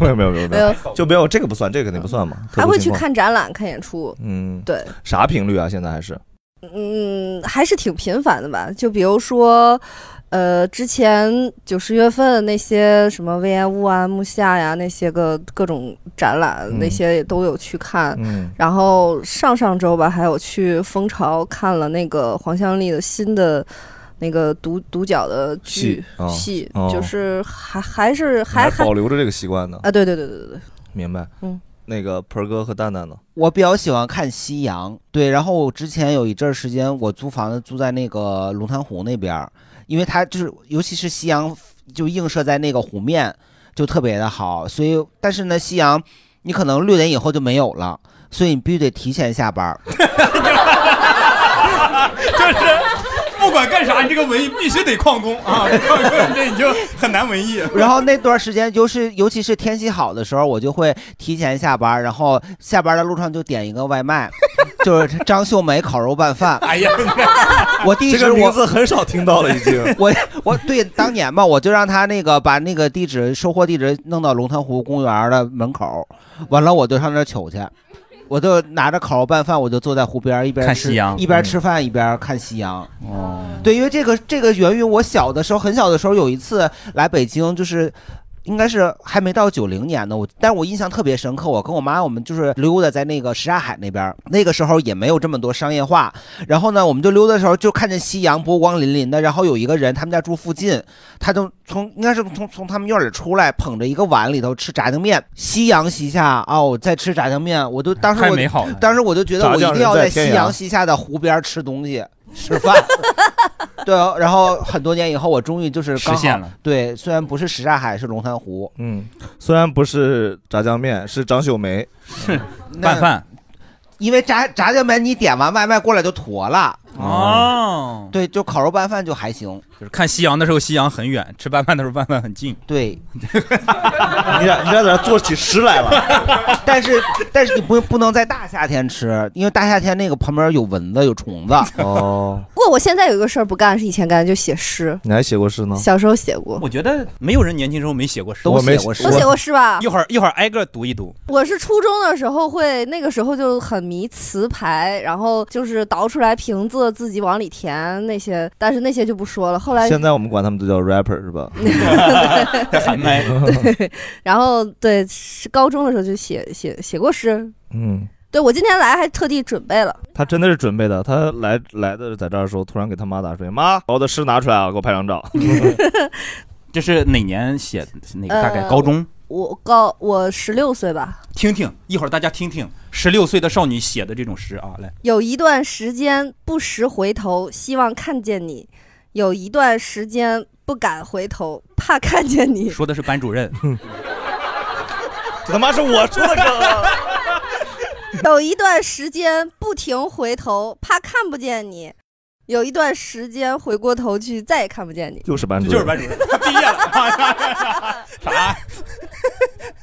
Speaker 1: 没有没有没有
Speaker 4: 没有
Speaker 1: 就没有这个不算，这个肯定不算嘛。特
Speaker 4: 还
Speaker 1: 殊
Speaker 4: 会
Speaker 1: 情
Speaker 4: 去
Speaker 1: 况
Speaker 4: 看展览、看演出，
Speaker 1: 嗯，
Speaker 4: 对，
Speaker 1: 啥频率啊？现在还是
Speaker 4: 嗯，还是挺频繁的吧。就比如说，呃，之前九十月份那些什么薇安、乌安、木下呀，那些个各种展览，
Speaker 20: 嗯
Speaker 4: 那些也都有去看。
Speaker 20: 嗯
Speaker 4: 然后上上周吧，还有去蜂巢看了那个黄香丽的新的。那个独独角的剧
Speaker 1: 戏哦
Speaker 4: 戏，
Speaker 1: 哦
Speaker 4: 就是还还是
Speaker 1: 你还
Speaker 4: 还
Speaker 1: 保留着这个习惯呢？
Speaker 4: 啊，对对对对对对，
Speaker 1: 明白。
Speaker 4: 嗯，
Speaker 1: 那个盆儿哥和蛋蛋呢？
Speaker 3: 我比较喜欢看夕阳，对。然后我之前有一阵儿时间，我租房子租在那个龙潭湖那边儿，因为它就是，尤其是夕阳就映射在那个湖面，就特别的好。所以，但是呢，夕阳你可能六点以后就没有了，所以你必须得提前下班儿。
Speaker 2: 就是不管干啥，你这个文艺必须得旷工啊， 旷工这你就很难文艺。
Speaker 3: 然后那段时间，尤是尤其是天气好的时候，我就会提前下班，然后下班的路上就点一个外卖， 就是张秀梅烤肉拌饭。
Speaker 2: 哎呀，
Speaker 3: 我地址
Speaker 1: 这个
Speaker 3: 我
Speaker 1: 名字很少听到了，已经
Speaker 3: 我我对当年嘛，我就让他那个把那个地址收货地址弄到龙潭湖公园的门口，完了我就上那儿取去。我就拿着烤肉拌饭，我就坐在湖边儿一边
Speaker 2: 看
Speaker 3: 吃
Speaker 2: 夕阳嗯
Speaker 3: 一边吃饭一边看夕阳。哦，对，因为这个这个源于我小的时候，很小的时候有一次来北京，就是。应该是还没到九零年呢，我但是我印象特别深刻，我跟我妈我们就是溜达在那个什刹海那边儿，那个时候也没有这么多商业化，然后呢，我们就溜达的时候就看见夕阳波光粼粼的，然后有一个人他们家住附近，他就从应该是从从他们院里出来，捧着一个碗里头吃炸酱面，夕阳西下哦，在吃炸酱面，我都当时
Speaker 2: 太
Speaker 3: 我
Speaker 2: 美好了
Speaker 3: 当时我就觉得
Speaker 2: 炸
Speaker 3: 我一
Speaker 2: 酱
Speaker 3: 定
Speaker 2: 人
Speaker 3: 要
Speaker 2: 在
Speaker 3: 在
Speaker 2: 天
Speaker 3: 夕
Speaker 2: 涯
Speaker 3: 阳西下的湖边儿吃东 西吃饭。 对，啊然后很多年以后，我终于就是刚好
Speaker 1: 实现了。
Speaker 3: 对，虽然不是什刹海，是龙潭湖。
Speaker 1: 嗯，虽然不是炸酱面，是张秀梅，是
Speaker 3: 拌饭，因为炸炸酱面你点完外卖过来就坨了。
Speaker 2: 哦，
Speaker 3: 对，就烤肉拌饭就还行。
Speaker 2: 就是看夕阳的时候，夕阳很远；吃拌饭的时候，拌饭很近。
Speaker 3: 对，
Speaker 1: 你俩你俩在这做起诗来了。
Speaker 3: 但是但是你不不能在大夏天吃，因为大夏天那个旁边有蚊子有虫子。
Speaker 1: 哦，
Speaker 4: 不过我现在有一个事儿不干，是以前干的，就写诗。
Speaker 1: 你还写过诗呢？
Speaker 4: 小时候写过，
Speaker 2: 我觉得没有人年轻时候没写过诗，
Speaker 1: 都我没写过
Speaker 4: 都写过诗吧
Speaker 2: 一会儿一会儿挨个读一读。
Speaker 4: 我是初中的时候会，那个时候就很迷词牌，然后就是倒出来瓶子自己往里填那些，但是那些就不说了。后来
Speaker 1: 现在我们管他们都叫 rapper 是吧？
Speaker 2: 喊麦。
Speaker 4: 对， 然后对，是高中的时候就写写写过诗。
Speaker 1: 嗯，
Speaker 4: 对我今天来还特地准备了，
Speaker 1: 他真的是准备的。他来来的在这儿的时候，突然给他妈打出来，妈，把我的诗拿出来啊，给我拍张照。
Speaker 2: 这是哪年写的？哪个
Speaker 4: 呃
Speaker 2: 大概高中？
Speaker 4: 我高我十六岁吧，
Speaker 2: 听听，一会儿大家听听，十六岁的少女写的这种诗啊，来，
Speaker 4: 有一段时间不时回头，希望看见你；有一段时间不敢回头，怕看见你。
Speaker 2: 说的是班主任。
Speaker 1: 这他妈是我说的梗 啊。
Speaker 4: 有一段时间不停回头，怕看不见你；有一段时间回过头去，再也看 不见你。
Speaker 1: 就是班主任，
Speaker 2: 就是班主任。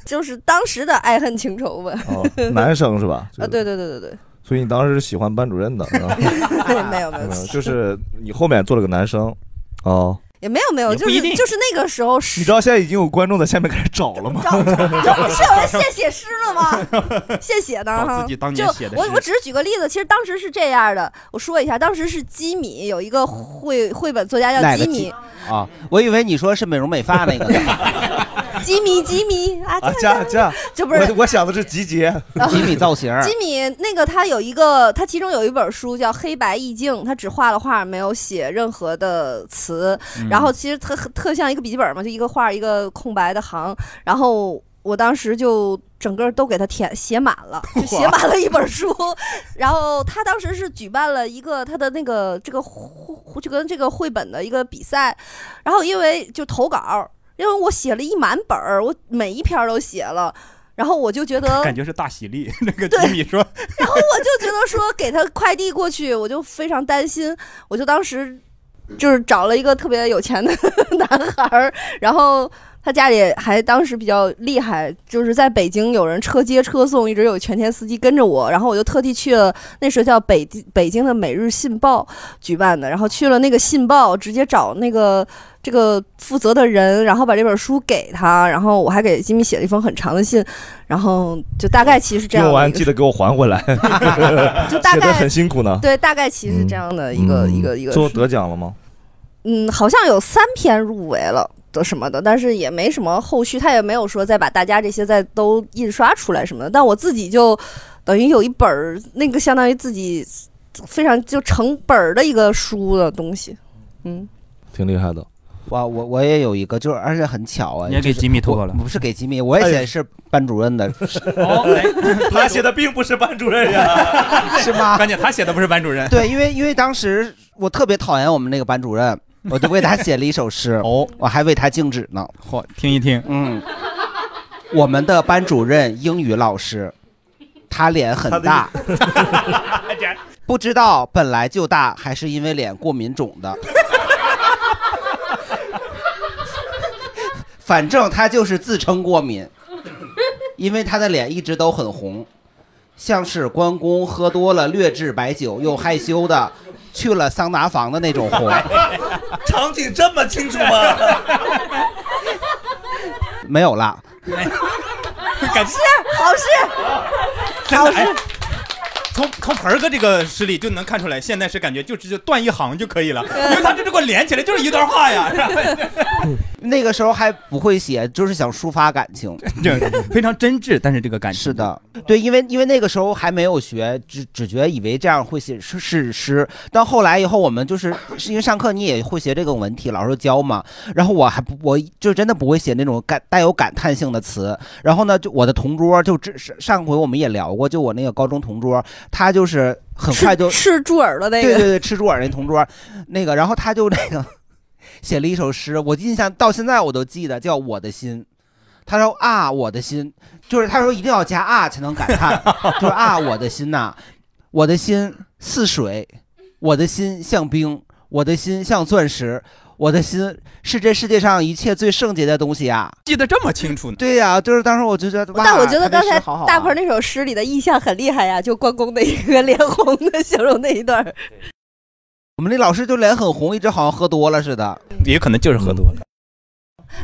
Speaker 4: 就是当时的爱恨情仇吧。
Speaker 1: 哦，男生是吧？
Speaker 4: 啊，对对对对对，
Speaker 1: 所以你当时是喜欢班主任的，啊
Speaker 4: 没有没有，
Speaker 1: 嗯就是你后面做了个男生，哦。
Speaker 4: 也没有没有，
Speaker 1: 也不
Speaker 4: 就
Speaker 1: 一
Speaker 4: 是
Speaker 1: 定
Speaker 4: 就是那个时候是
Speaker 1: 你知道现在已经有观众在下面开始找了吗？
Speaker 4: 是有人现写诗 了吗？现写呢？
Speaker 1: 找
Speaker 4: 哈，
Speaker 1: 自己当
Speaker 4: 就
Speaker 1: 年写的
Speaker 4: 我
Speaker 1: 诗
Speaker 4: 我只是举个例子，其实当时是这样的，我说一下，当时是基米有一个绘绘本作家叫
Speaker 3: 哪个
Speaker 4: 基
Speaker 3: 鸡
Speaker 4: 米，
Speaker 3: 啊？我以为你说是美容美发那个。
Speaker 4: 基米基米 啊，
Speaker 1: 啊，这样这样，
Speaker 4: 这不是
Speaker 1: 我我 想的是集结
Speaker 3: 吉米造型
Speaker 4: 吉米那个他有一个，他其中有一本书叫《黑白意境》，他只画了画，没有写任何的词。
Speaker 21: 嗯
Speaker 4: 然后其实特特像一个笔记本嘛，就一个画一个空白的行。然后我当时就整个都给他填写满了，就写满了一本书。 然后他当时是举办了一个他的那个这个绘就跟这个绘本的一个比赛，然后因为就投稿，因为我写了一满本儿，我每一篇儿都写了。然后我就觉得
Speaker 2: 感觉是大喜力。 那个吉米说，
Speaker 4: 然后我就觉得说给他快递过去，我就非常担心，我就当时就是找了一个特别有钱的 男孩儿，然后他家里还当时比较厉害，就是在北京有人车接车送，一直有全天司机跟着我，然后我就特地去了那时候叫北北京的每日信报举办的，然后去了那个信报，直接找那个。这个负责的人，然后把这本书给他，然后我还给吉米写了一封很长的信，然后就大概其实这样
Speaker 1: 用
Speaker 4: 的一个
Speaker 1: 完记得给我还回来，
Speaker 4: 就大
Speaker 1: 写
Speaker 4: 概
Speaker 1: 的很辛苦呢。
Speaker 4: 对，大概其实是这样的一个、一个一个
Speaker 1: 最后嗯得奖了吗？
Speaker 4: 嗯，好像有三篇入围了的什么的，但是也没什么后续，他也没有说再把大家这些再都印刷出来什么的。但我自己就等于有一本儿那个相当于自己非常就成本儿的一个书的 东西，嗯。
Speaker 1: 挺厉害的。
Speaker 3: 哇，我我也有一个，就是而且很巧啊，
Speaker 2: 你也给
Speaker 3: 就是
Speaker 2: 吉米投过
Speaker 3: 我
Speaker 2: 了
Speaker 3: 不是给吉米，我也
Speaker 1: 哎
Speaker 3: 写的是班主 任的。
Speaker 2: 哦哎
Speaker 1: 他写的并不是班主任 呀，
Speaker 3: 是吗？
Speaker 2: 关键他写的不是班主任。
Speaker 3: 对，因为因为当时我特别讨厌我们那个班主任，我就为他写了一首诗，
Speaker 2: 哦，
Speaker 3: 我还为他静止呢。
Speaker 2: 嚯，听一听，
Speaker 3: 嗯，我们的班主任英语老师，他脸很大， 不知道本来就大还是因为脸过敏肿的，反正他就是自称过敏，因为他的脸一直都很红，像是关公喝多了劣质白酒又害羞的去了桑拿房的那种红。
Speaker 1: 哎场景这么清楚吗？
Speaker 3: 没有啦，
Speaker 2: 感
Speaker 4: 是好事，
Speaker 2: 真
Speaker 4: 好
Speaker 2: 的
Speaker 4: 事。
Speaker 2: 哎从从盆儿哥这个诗里就能看出来，现代诗感觉就直接断一行就可以了，因为他这这给我连起来就是一段话呀， 是吧？
Speaker 3: 那个时候还不会写，就是想抒发感 情，
Speaker 2: 非常真挚。但是这个感情
Speaker 3: 是的，对，因为因为那个时候还没有学，只只觉以为这样会写是是诗。到后来以后，我们就是是因为上课你也会学这个文体，老师教嘛。然后我还不我就真的不会写那种感带有感叹性的词。然后呢，就我的同桌就只是上回我们也聊过，就我那个高中同桌，他就是很快就
Speaker 4: 吃猪耳啊朵那个
Speaker 3: 对对对，吃猪耳那同桌，那个，然后他就那个。写了一首诗，我印象到现在我都记得，叫《我的心》。他说啊，我的心，就是他说一定要加啊才能感叹，就是啊，我的心呐、我的心似水，我的心像冰，我的心像钻石，我的心是这世界上一切最圣洁的东西啊。
Speaker 2: 记得这么清楚呢。
Speaker 3: 对呀、就是当时我就觉得，哇
Speaker 4: 但我觉 得
Speaker 3: 他
Speaker 4: 刚
Speaker 3: 这诗
Speaker 4: 才
Speaker 3: 好好啊
Speaker 4: 大鹏那首诗里的意象很厉害呀，就关公的一个脸红的形容那一段儿，
Speaker 3: 我们那老师就脸很红，一直好像喝多了似的。嗯
Speaker 2: 也可能就是喝多了。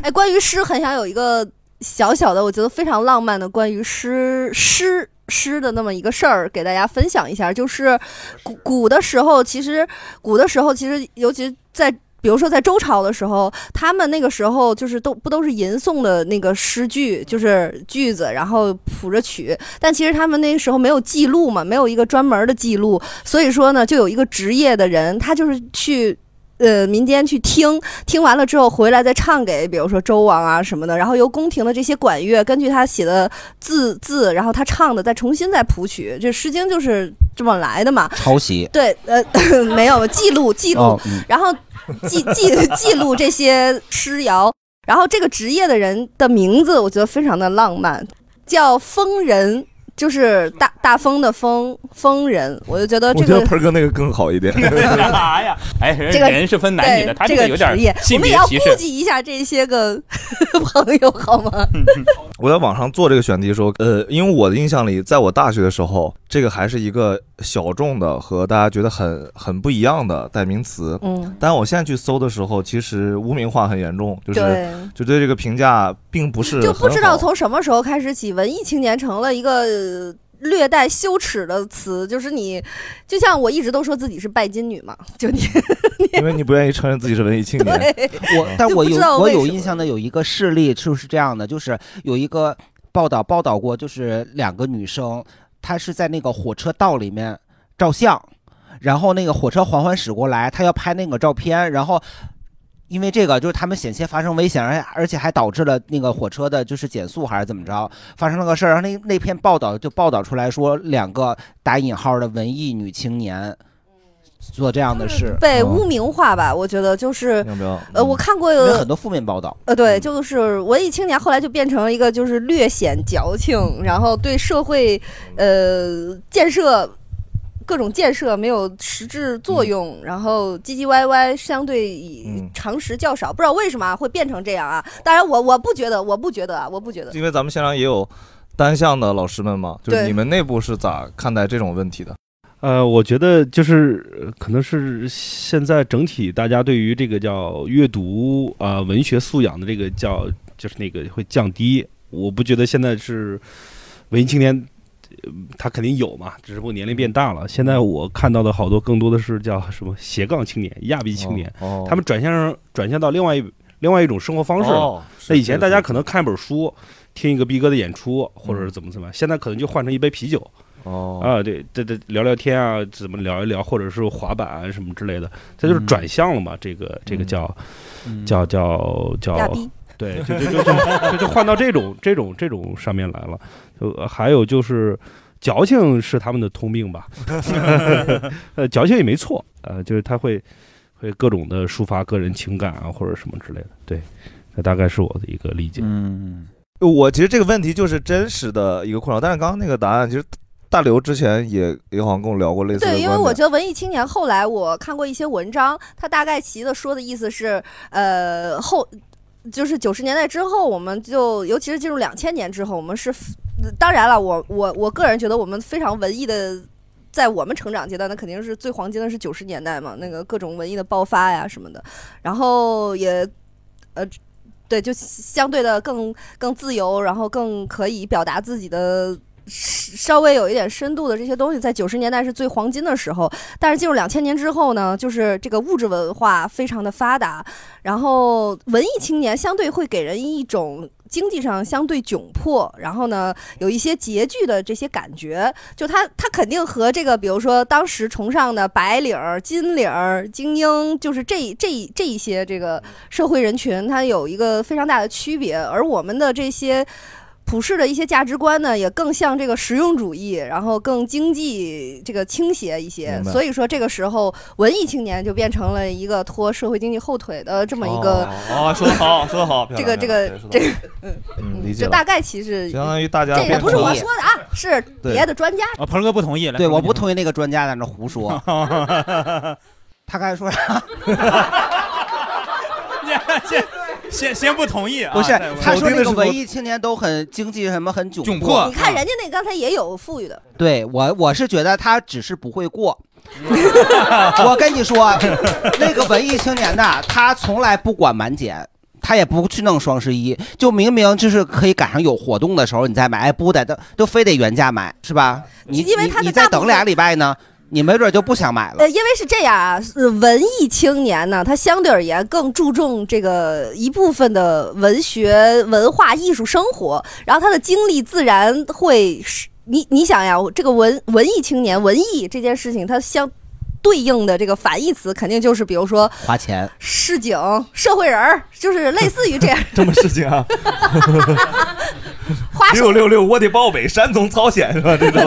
Speaker 4: 哎，关于诗，很想有一个小小的，我觉得非常浪漫的关于诗诗诗的那么一个事儿，给大家分享一下。就是古古的时候，其实古的时候，其实尤其在。比如说，在周朝的时候，他们那个时候就是都不都是吟诵的那个诗句，就是句子，然后谱着曲。但其实他们那个时候没有记录嘛，没有一个专门的记录，所以说呢，就有一个职业的人，他就是去呃民间去听，听完了之后回来再唱给，比如说周王啊什么的，然后由宫廷的这些管乐根据他写的字字，然后他唱的再重新再谱曲，这《诗经》就是这么来的嘛。
Speaker 3: 抄袭
Speaker 4: 对，呃， 没有记录记录，
Speaker 3: 哦嗯
Speaker 4: 然后记记记录这些诗谣，然后这个职业的人的名字我觉得非常的浪漫，叫风人。就是大大风的风风人，我就觉得
Speaker 1: 我
Speaker 4: 这
Speaker 1: 觉得
Speaker 4: 个
Speaker 1: 盆儿哥那个更好一 点。
Speaker 2: 啥呀？哎，人
Speaker 4: 这个
Speaker 2: 人是分男女的，
Speaker 4: 对
Speaker 2: 他
Speaker 4: 这
Speaker 2: 个有点
Speaker 4: 职业，我
Speaker 2: 性
Speaker 4: 们
Speaker 2: 别
Speaker 4: 也要
Speaker 2: 歧
Speaker 4: 顾
Speaker 2: 视。
Speaker 4: 及一下这些个 朋友好吗？
Speaker 2: 嗯
Speaker 1: 我在网上做这个选题的时候，呃，因为我的印象里，在我大学的时候，这个还是一个小众的和大家觉得很很不一样的代名词。
Speaker 4: 嗯
Speaker 1: 但我现在去搜的时候，其实污名化很严重，就是
Speaker 4: 对
Speaker 1: 就对这个评价并不是
Speaker 4: 就不
Speaker 1: 很
Speaker 4: 知道
Speaker 1: 好
Speaker 4: 从什么时候开始起，文艺青年成了一个呃略带羞耻的词，就是你，就像我一直都说自己是拜金女嘛，就你
Speaker 1: 因为你不愿意承认自己是文艺青年。嗯
Speaker 4: 对
Speaker 3: 我但
Speaker 4: 就
Speaker 3: 我
Speaker 4: 不知
Speaker 3: 有
Speaker 4: 道
Speaker 3: 我
Speaker 4: 为
Speaker 3: 有
Speaker 4: 什
Speaker 3: 印象的有一个事例就是这样的，就是有一个报道报道过，就是两个女生，她是在那个火车道里面照相，然后那个火车缓缓驶过来，她要拍那个照片，然后。因为这个，就是他们险些发生危险，而而且还导致了那个火车的，就是减速还是怎么着，发生了个事儿。然后那那篇报道就报道出来说，两个打引号的文艺女青年，做这样的事，
Speaker 4: 嗯被
Speaker 2: 哦
Speaker 3: 嗯
Speaker 4: 污名化吧，我觉得就是
Speaker 3: 明白了，
Speaker 4: 呃，我看过
Speaker 3: 因嗯为很多负面报道。
Speaker 4: 呃，对，就是文艺青年后来就变成了一个就是略显矫情，然后对社会呃建设各种建设没有实质作用，然后唧唧歪歪，相对以常识较少，不知道为什么啊会变成这样啊？当然我我不觉得，我不觉得啊，我不觉得。
Speaker 1: 因为咱们现场也有单项的老师们嘛，就是
Speaker 4: 对
Speaker 1: 你们内部是咋看待这种问题的？
Speaker 7: 呃，我觉得就是呃可能是现在整体大家对于这个叫阅读啊、呃文学素养的这个叫就是那个会降低。我不觉得现在是文艺青年，呃他肯定有嘛，只不过年龄变大了。现在我看到的好多更多的是叫什么斜杠青年、亚裔青年，
Speaker 1: 哦哦
Speaker 7: 他们转向转向到另外一另外一种生活方式了。
Speaker 1: 哦是
Speaker 7: 那以前
Speaker 1: 是
Speaker 7: 大
Speaker 1: 是
Speaker 7: 家可能看本书，听一个逼哥的演出，或者是怎么怎么样，现在可能就换成一杯啤酒。
Speaker 1: 嗯哦
Speaker 7: 啊，对，这这聊聊天啊，怎么聊一聊，或者是滑板啊什么之类的，它
Speaker 1: 嗯
Speaker 7: 就是转向了嘛。这个这个叫、叫叫
Speaker 4: 亚
Speaker 7: 叫
Speaker 4: 逼，
Speaker 7: 对，就就就就就就换到这种这种这种上面来了。就、呃还有就是矫情是他们的通病吧，呃，矫情也没错，呃，就是他会会各种的抒发个人情感啊或者什么之类的。对，这大概是我的一个理解。
Speaker 2: 嗯，
Speaker 1: 我其实这个问题就是真实的一个困扰，但是刚刚那个答案其实大刘之前也也好像跟我聊过类似的观
Speaker 4: 对，
Speaker 1: 点。
Speaker 4: 因为我觉得文艺青年后来我看过一些文章，他大概其的说的意思是，呃，后就是九十年代之后，我们就尤其是进入两千年之后，我们是当然了，我我我个人觉得我们非常文艺的。在我们成长阶段，那肯定是最黄金的是九十年代嘛，那个各种文艺的爆发呀什么的，然后也，呃，对，就相对的更更自由，然后更可以表达自己的稍微有一点深度的这些东西，在九十年代是最黄金的时候。但是进入两千年之后呢，就是这个物质文化非常的发达，然后文艺青年相对会给人一种。经济上相对窘迫，然后呢，有一些拮据的这些感觉，就他他肯定和这个，比如说当时崇尚的白领儿、金领儿、精英，就是这这这一些这个社会人群，它有一个非常大的区别。而我们的这些普世的一些价值观呢，也更像这个实用主义，然后更经济这个倾斜一些
Speaker 20: 明。白
Speaker 4: 所以说，这个时候文艺青年就变成了一个拖社会经济后腿的这么一个、
Speaker 1: 哦，说得好，说得好，漂
Speaker 4: 这
Speaker 1: 亮
Speaker 4: 个这个
Speaker 1: 漂亮
Speaker 4: 这个
Speaker 1: 对说得好，嗯，理解
Speaker 4: 就
Speaker 1: 了。
Speaker 4: 大概其实
Speaker 1: 相当于大家
Speaker 4: 这也
Speaker 1: 变
Speaker 4: 不是
Speaker 1: 成
Speaker 4: 我
Speaker 1: 了
Speaker 4: 说的啊，是
Speaker 1: 对
Speaker 4: 别的专家
Speaker 2: 啊，鹏哥不同意，
Speaker 3: 对，我不同意那个专家在那胡
Speaker 1: 啊
Speaker 3: 说。他刚才说啥？
Speaker 2: 先 先先不同意 啊，
Speaker 3: 不是
Speaker 2: 再，
Speaker 3: 他说那个文艺青年都很经济什么很窘迫。
Speaker 4: 你看人家那刚才也有富裕的，
Speaker 3: 对我，我是觉得他只是不会过。我跟你说，那个文艺青年呐，他从来不管满减。他也不去弄双十一，就明明就是可以赶上有活动的时候你再买，哎，不得都都非得原价买，是吧？你
Speaker 4: 因为他的
Speaker 3: 你你
Speaker 4: 大
Speaker 3: 再
Speaker 4: 部分
Speaker 3: 等俩礼拜呢，你没准就不想买了。
Speaker 4: 呃，因为是这样啊，是文艺青年呢，他相对而言更注重这个一部分的文学、文化、艺术生活，然后他的精力自然会是，你你想呀，这个文文艺青年，文艺这件事情，它相对应的这个反义词肯定就是，比如说
Speaker 3: 花钱
Speaker 4: 市井、社会人儿，就是类似于这样
Speaker 1: 这么事情啊？
Speaker 4: 花手
Speaker 1: 六六六，我得报北，山东曹县是吧？这 种
Speaker 4: 对，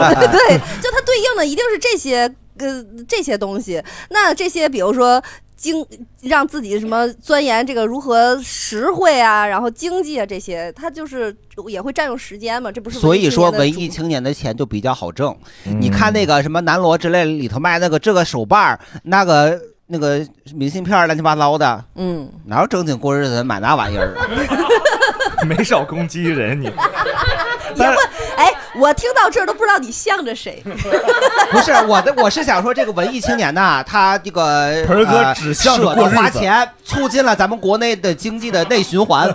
Speaker 4: 就它对应的一定是这些呃这些东西。那这些比如说经让自己什么钻研这个如何实惠啊，然后经济啊这些，它就是也会占用时间嘛，这不是
Speaker 3: 所以说，文
Speaker 4: 文艺
Speaker 3: 艺青年的钱就比较好挣。
Speaker 1: 嗯
Speaker 3: 你看那个什么南锣之类里头卖那个这个手办儿那个那个明信片儿乱七八糟的，
Speaker 4: 嗯，
Speaker 3: 哪有正经过日子人买那玩意儿啊？
Speaker 1: 没少攻击人你。
Speaker 4: 主义的主？哎，我听到这儿都不知道你向着 谁。
Speaker 3: 不是我的，我是想说这个文艺青年呐，他这个
Speaker 1: 盆儿哥
Speaker 3: 呃
Speaker 1: 指向着
Speaker 3: 舍
Speaker 1: 过
Speaker 3: 得
Speaker 1: 日子
Speaker 3: 花钱，促进了咱们国内的经济的内循 环。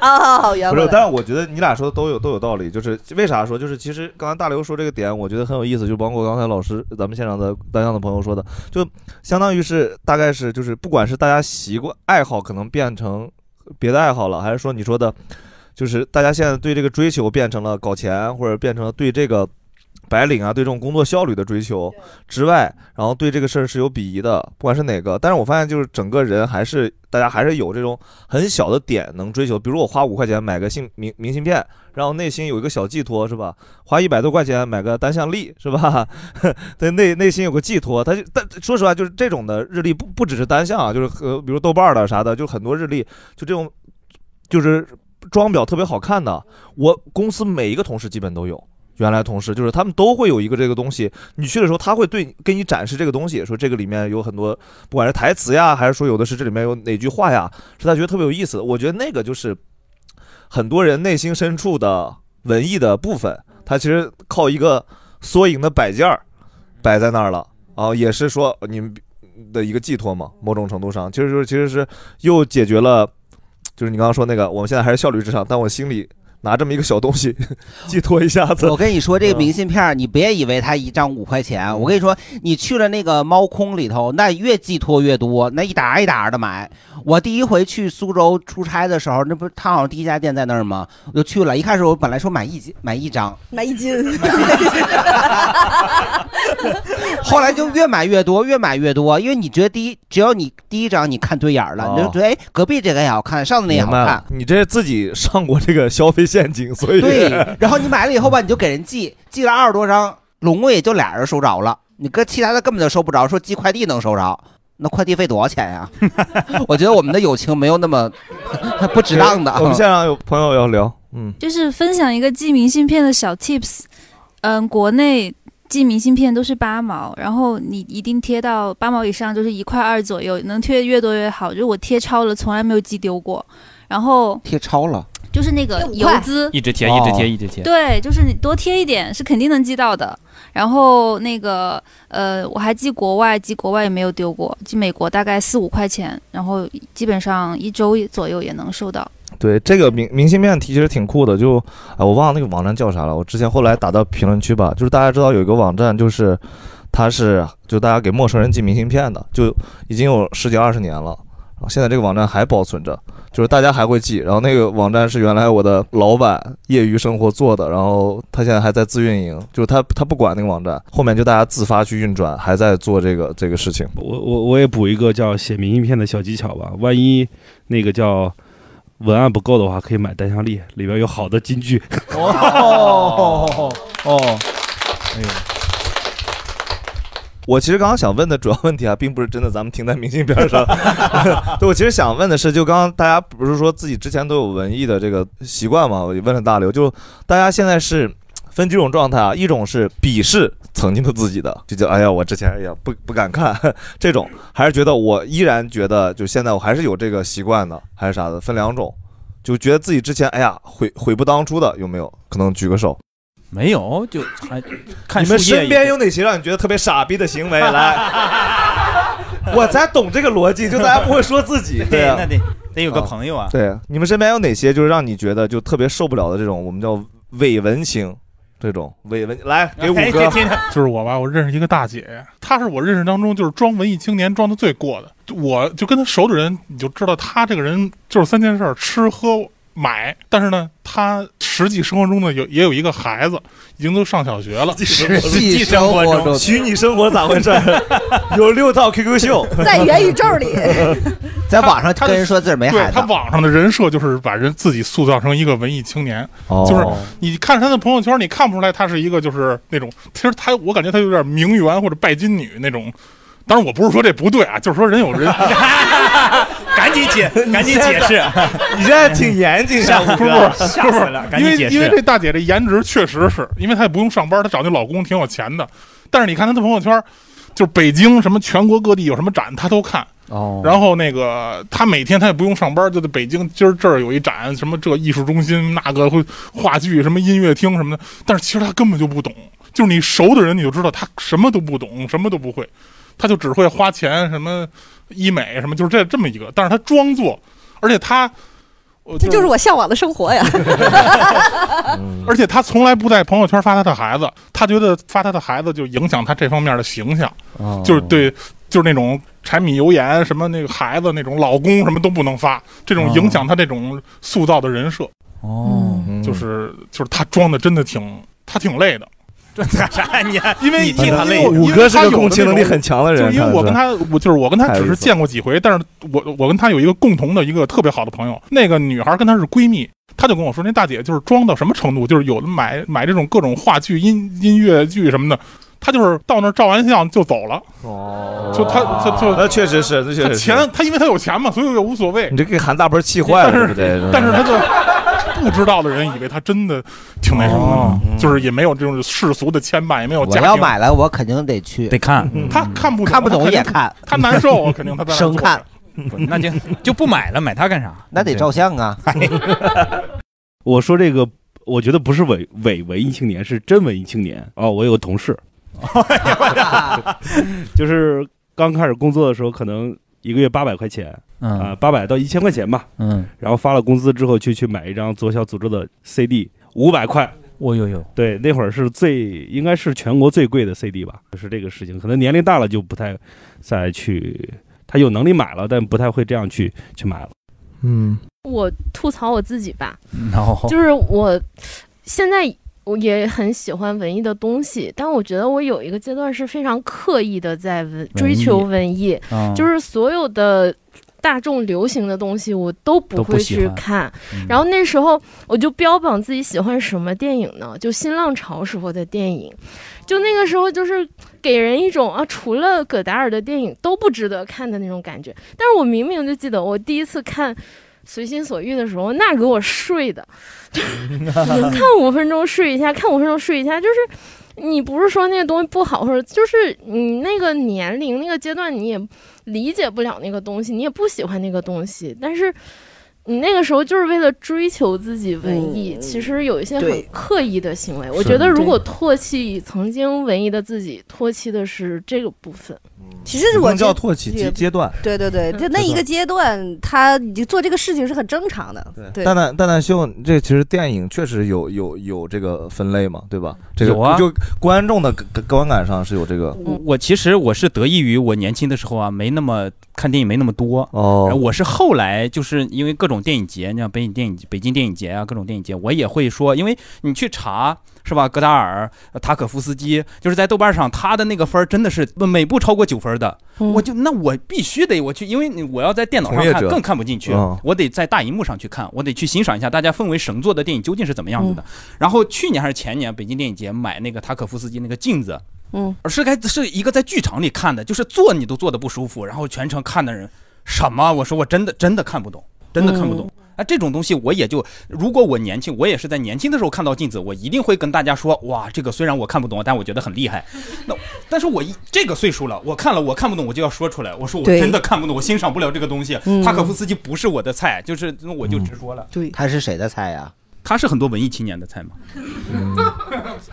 Speaker 4: 哦，原
Speaker 1: 不
Speaker 4: 来
Speaker 1: 是，但是我觉得你俩说的都有都有道理，就是为啥说，就是其实刚才大刘说这个点，我觉得很有意思，就包括刚才老师咱们现场的单向的朋友说的，就相当于是大概是就是不管是大家习惯爱好可能变成别的爱好了，还是说你说的，就是大家现在对这个追求变成了搞钱，或者变成了对这个。白领啊对这种工作效率的追求之外，然后对这个事儿是有鄙夷的，不管是哪个。但是我发现就是整个人还是大家还是有这种很小的点能追求，比如我花五块钱买个信明明信片，然后内心有一个小寄托是吧？花一百多块钱买个单向力是吧？ 对内内心有个寄托，他就但说实话就是这种的日历不不只是单向啊，就是和比如豆瓣儿的啥的，就很多日历就这种就是装裱特别好看的，我公司每一个同事基本都有。原来同事就是他们都会有一个这个东西，你去的时候他会对你给你展示这个东西，说这个里面有很多，不管是台词呀，还是说有的是这里面有哪句话呀，是他觉得特别有意思的。我觉得那个就是很多人内心深处的文艺的部分，它其实靠一个缩影的摆件儿摆在那儿了啊，也是说你们的一个寄托嘛，某种程度上，其实就是其实是又解决了，就是你刚刚说那个，我们现在还是效率至上，但我心里拿这么一个小东西 寄托一下子。
Speaker 3: 我跟你说，这
Speaker 1: 嗯
Speaker 3: 个明信片儿，你别以为它一张五块钱。我跟你说，你去了那个猫空里头，那越寄托越多，那一沓一沓的买。我第一回去苏州出差的时候，那不是他好像第一家店在那儿吗？我就去了，一开始我本来说买一斤买一张，
Speaker 4: 买一 斤，
Speaker 3: 后来就越买越多，越 买越多，因为你觉得第一，只要你第一张你看对眼儿了，你就觉得哎，隔壁这个也好看，上头 那也
Speaker 1: 哦明
Speaker 3: 好
Speaker 1: 白
Speaker 3: 看
Speaker 1: 了，，你这是自己上过这个消费陷阱，所以
Speaker 3: 对，然后你买了以后吧，你就给人寄，寄了二十多张，拢共也就俩人收着了，你跟其他的根本就收不着，说寄快递能收着。那快递费多少钱呀？ 我觉得我们的友情没有那么 不值当的。
Speaker 1: 我们现场有朋友要聊，嗯，
Speaker 6: 就是分享一个寄明信片的小 tips。嗯，国内寄明信片都是八毛，然后你一定贴到八毛以上，就是一块二左右，能贴越多越好。就是我贴超了，从来没有寄丢过。然后
Speaker 3: 贴超了，哦
Speaker 6: 就是那个邮资，
Speaker 2: 一直贴，一直贴，一直贴。
Speaker 6: 对，就是你多贴一点是肯定能寄到的。然后那个呃，我还寄国外，寄国外也没有丢过，寄美国大概四五块钱，然后基本上一周左右也能收到。
Speaker 1: 对这个明明信片题其实挺酷的，就啊我忘了那个网站叫啥了，我之前后来打到评论区吧，就是大家知道有一个网站，就是它是就大家给陌生人寄明信片的，就已经有十几二十年了，然后现在这个网站还保存着，就是大家还会寄，然后那个网站是原来我的老板业余生活做的，然后他现在还在自运营，就是他他不管那个网站，后面就大家自发去运转，还在做这个这个事情。
Speaker 7: 我我我也补一个叫写明信片的小技巧吧，万一那个叫文案不够的话，可以买单向力，里边有好的金句。
Speaker 8: 哦
Speaker 1: 哦哦，哎呦！我其实刚刚想问的主要问题啊，并不是真的咱们停在明信片上。 对，我其实想问的是，就刚刚大家不是说自己之前都有文艺的这个习惯嘛？我也问了大刘，就大家现在是分几种状态啊？一种是鄙视曾经的自己的，就觉得哎呀，我之前哎呀不不敢看这种，还是觉得我依然觉得就现在我还是有这个习惯的，还是啥的？分两种，就觉得自己之前哎呀悔悔不当初的有没有？可能举个手。
Speaker 2: 没有，就 还看
Speaker 1: 你们
Speaker 2: 树叶
Speaker 1: 身
Speaker 2: 也
Speaker 1: 边有哪些让你觉得特别傻逼的行为？来， 我才懂这个逻辑，就大家不会说自己。
Speaker 2: 对
Speaker 1: 啊
Speaker 2: 那得得有个朋友啊
Speaker 1: 对，你们身边有哪些就是让你觉得就特别受不了的这种，我们叫伪文青这种伪文来哎给五哥，
Speaker 20: 就是我吧，我认识一个 大姐，她是我认识当中就是装文艺青年装的最过的。我就跟她熟的人，你就知道她这个人就是三件事儿：吃、喝、买。但是呢，她实际生活中呢有也有一个孩子，已经都上小学了。
Speaker 1: 实际生活中虚拟生活咋回事？ 有六套 QQ 秀，
Speaker 4: 在元宇宙里，
Speaker 3: 在网上跟人说自己没
Speaker 20: 对
Speaker 3: 孩子
Speaker 20: 他，网上的人设就是把人自己塑造成一个文艺青年，
Speaker 1: 哦
Speaker 20: 就是你看他的朋友圈，你看不出来他是一个就是那种，其实他我感觉他有点名媛或者拜金女那种。当然，我不是说这不对啊，就是说人有人，
Speaker 2: 赶紧解，赶紧解释。啊
Speaker 1: 你现在挺严谨
Speaker 20: 吓
Speaker 1: 啊，
Speaker 20: 不
Speaker 1: 五
Speaker 20: 是不
Speaker 1: 哥，
Speaker 20: 是不是，因为因为这大姐这颜值确实是因为她也不用上班，她找那老公挺有钱的。但是你看她的朋友圈，就是北京什么全国各地有什么展，她都看。
Speaker 1: 哦
Speaker 20: 然后那个她每天她也不用上班，就在北京，今儿这儿有一展，什么这艺术中心，那个会话剧，什么音乐厅什么的。但是其实她根本就不懂，就是你熟的人你就知道她什么都不懂，什么都不会，她就只会花钱什么医美什么，就是这这么一个。但是她装作，而且她。我
Speaker 4: 这就是我向往的生活呀。
Speaker 20: 而且他从来不在朋友圈发他的孩子，他觉得发他的孩子就影响他这方面的形象，就是对，就是那种柴米油盐什么那个孩子那种老公什么都不能发，这种影响他这种塑造的人设。
Speaker 2: 哦，
Speaker 20: 就是就是他装的真的挺他挺累的，
Speaker 2: 这
Speaker 8: 哎
Speaker 2: 啥你还？
Speaker 20: 因为
Speaker 2: 你替他累，
Speaker 1: 五哥是个共情能力很强的人，
Speaker 20: 就是因为我跟
Speaker 1: 看得出
Speaker 20: 他
Speaker 1: 来，
Speaker 20: 我就是我跟他
Speaker 1: 太有
Speaker 20: 只
Speaker 1: 意
Speaker 20: 是
Speaker 1: 思
Speaker 20: 见过几回，但是我我跟他有一个共同的一个特别好的朋友，那个女孩跟她是闺蜜，她就跟我说，那大姐就是装到什么程度，就是有的买买这种各种话剧、音音乐剧什么的，她就是到那儿照完相就走了，
Speaker 1: 哦
Speaker 20: 就他就就
Speaker 1: 那确实是，那确
Speaker 20: 她
Speaker 1: 实是
Speaker 20: 钱，她因为她有钱嘛，所以也无所谓
Speaker 1: 你。这给韩大伯气坏了，对
Speaker 20: 但是
Speaker 1: 不对？
Speaker 20: 但是他
Speaker 1: 嗯
Speaker 20: 就不知道的人以为他真的挺那什
Speaker 1: 哦
Speaker 20: 么的，就是也没有这种世俗的牵绊，也没有
Speaker 3: 我
Speaker 20: 家庭。
Speaker 3: 要买了，我肯定得去，嗯得
Speaker 2: 看
Speaker 20: 他看不懂
Speaker 3: 看不懂
Speaker 20: 他肯定
Speaker 3: 也看，
Speaker 20: 他难受肯定他在那
Speaker 3: 生
Speaker 20: 坐 着
Speaker 3: 看，
Speaker 2: 那就就不买了，买它干啥？
Speaker 3: 那得照相啊。
Speaker 7: 我说这个，我觉得不是伪伪文艺青年，是真文艺青年哦。我有个 同事，就是刚开始工作的时候，可能一个月八百块钱，
Speaker 2: 嗯
Speaker 7: 啊，八百到一千块钱吧，
Speaker 2: 嗯，
Speaker 7: 然后发了工资之后，就去买一张《左小诅咒》的 CD，五百块。
Speaker 3: 哦
Speaker 2: 我有有，
Speaker 7: 对，那会儿是最应该是全国最贵的 CD 吧，就是这个事情。可能年龄大了就不太再去，他有能力买了，但不太会这样去去买了。
Speaker 2: 嗯，
Speaker 12: 我吐槽我自己吧，
Speaker 7: 然后
Speaker 12: 就是我现在我也很喜欢文艺的东西，但我觉得我有一个阶段是非常刻意的在文追求文艺，
Speaker 22: 啊
Speaker 12: 就是所有的。大众流行的东西我都不
Speaker 22: 都不
Speaker 12: 会
Speaker 22: 喜
Speaker 12: 去
Speaker 22: 欢嗯
Speaker 12: 看，然后那时候我就标榜自己喜欢什么电影呢？就新浪潮时候的电影，就那个时候就是给人一种啊，除了葛达尔的电影都不值得看的那种感觉。但是我明明就记得我第一次看《随心所欲》的时候，那给我睡的， 看五分钟睡一下，看五分钟睡一下，就是。你不是说那个东西不好，或者就是你那个年龄、那个阶段，你也理解不了那个东西，你也不喜欢那个东西，但是你那个时候就是为了追求自己文艺，其实有一些很
Speaker 4: 对
Speaker 12: 刻意的行为。我
Speaker 4: 是
Speaker 12: 觉得如
Speaker 4: 嗯对
Speaker 12: 果唾弃曾经文艺的自己，唾弃的是这个部分。
Speaker 4: 其实我
Speaker 1: 不能叫
Speaker 4: 觉
Speaker 1: 唾弃
Speaker 4: 也
Speaker 1: 阶阶段。嗯
Speaker 4: 对对对，就那一个阶段，他已经做这个事情是很正常的。对，
Speaker 1: 蛋蛋蛋蛋秀，这其实电影确实有有有这个分类嘛，对吧？这个
Speaker 2: 有啊
Speaker 1: 就观众的感观感上是有这个。
Speaker 2: 我我其实我是得益于我年轻的时候啊，没那么看电影没那么多
Speaker 1: 哦
Speaker 2: 我是后来就是因为各种电影节，你像北影电影北京电影节啊，各种电影节，我也会说，因为你去查是吧？戈达尔、呃塔可夫斯基，就是在豆瓣上他的那个分儿真的是每部超过九分的，我就那我必须得我去，因为你我要在电脑
Speaker 1: 从
Speaker 2: 上
Speaker 1: 业
Speaker 2: 看
Speaker 1: 者
Speaker 2: 更看不进去，
Speaker 1: 嗯
Speaker 2: 我得在大荧幕上去看，我得去欣赏一下大家奉为神作的电影究竟是怎么样子的。然后去年还是前年，北京电影节买那个塔可夫斯基那个镜子。
Speaker 4: 嗯，
Speaker 2: 而是该是一个在剧场里看的，就是坐你都坐的不舒服，然后全程看的人，什么？我说我真的真的看不懂，真的看不懂。哎，这种东西我也就，如果我年轻，我也是在年轻的时候看到镜子，我一定会跟大家说，哇，这个虽然我看不懂，但我觉得很厉害。那但是我一这个岁数了，我看了我看不懂，我就要说出来，我说我
Speaker 3: 对
Speaker 2: 真的看不懂，我欣赏不了这个东西。
Speaker 3: 嗯
Speaker 2: 塔可夫斯基不是我的菜，就是那我就直说了，
Speaker 3: 对，他是谁的菜呀？
Speaker 2: 他是很多文艺青年的菜嘛。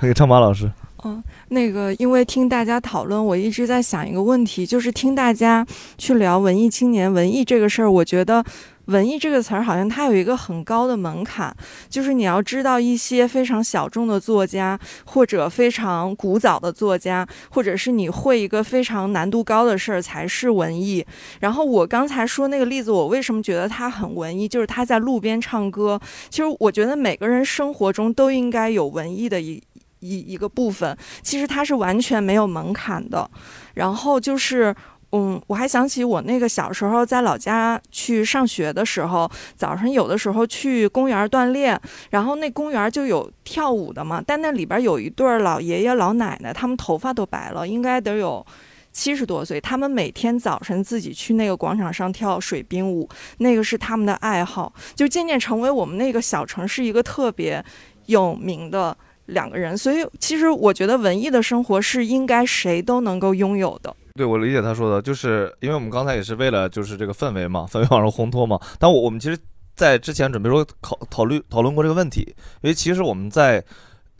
Speaker 1: 那个唱吧老师，
Speaker 22: 嗯，那个，因为听大家讨论，我一直在想一个问题，就是听大家去聊文艺青年、文艺这个事儿，我觉得“文艺”这个词儿好像它有一个很高的门槛，就是你要知道一些非常小众的作家，或者非常古早的作家，或者是你会一个非常难度高的事儿才是文艺。然后我刚才说那个例子，我为什么觉得它很文艺？就是他在路边唱歌。其实我觉得每个人生活中都应该有文艺的一一一个部分，其实它是完全没有门槛的。然后就是。嗯，我还想起我那个小时候在老家去上学的时候，早上有的时候去公园锻炼，然后那公园就有跳舞的嘛，但那里边有一对儿老爷爷老奶奶，他们头发都白了，应该得有七十多岁，他们每天早晨自己去那个广场上跳水兵舞，那个是他们的爱好，就渐渐成为我们那个小城市一个特别有名的两个人。所以，其实我觉得文艺的生活是应该谁都能够拥有的。
Speaker 1: 对我理解他说的，就是因为我们刚才也是为了就是这个氛围嘛，氛围往上烘托嘛。但我我们其实，在之前准备说考讨论讨论过这个问题，因为其实我们在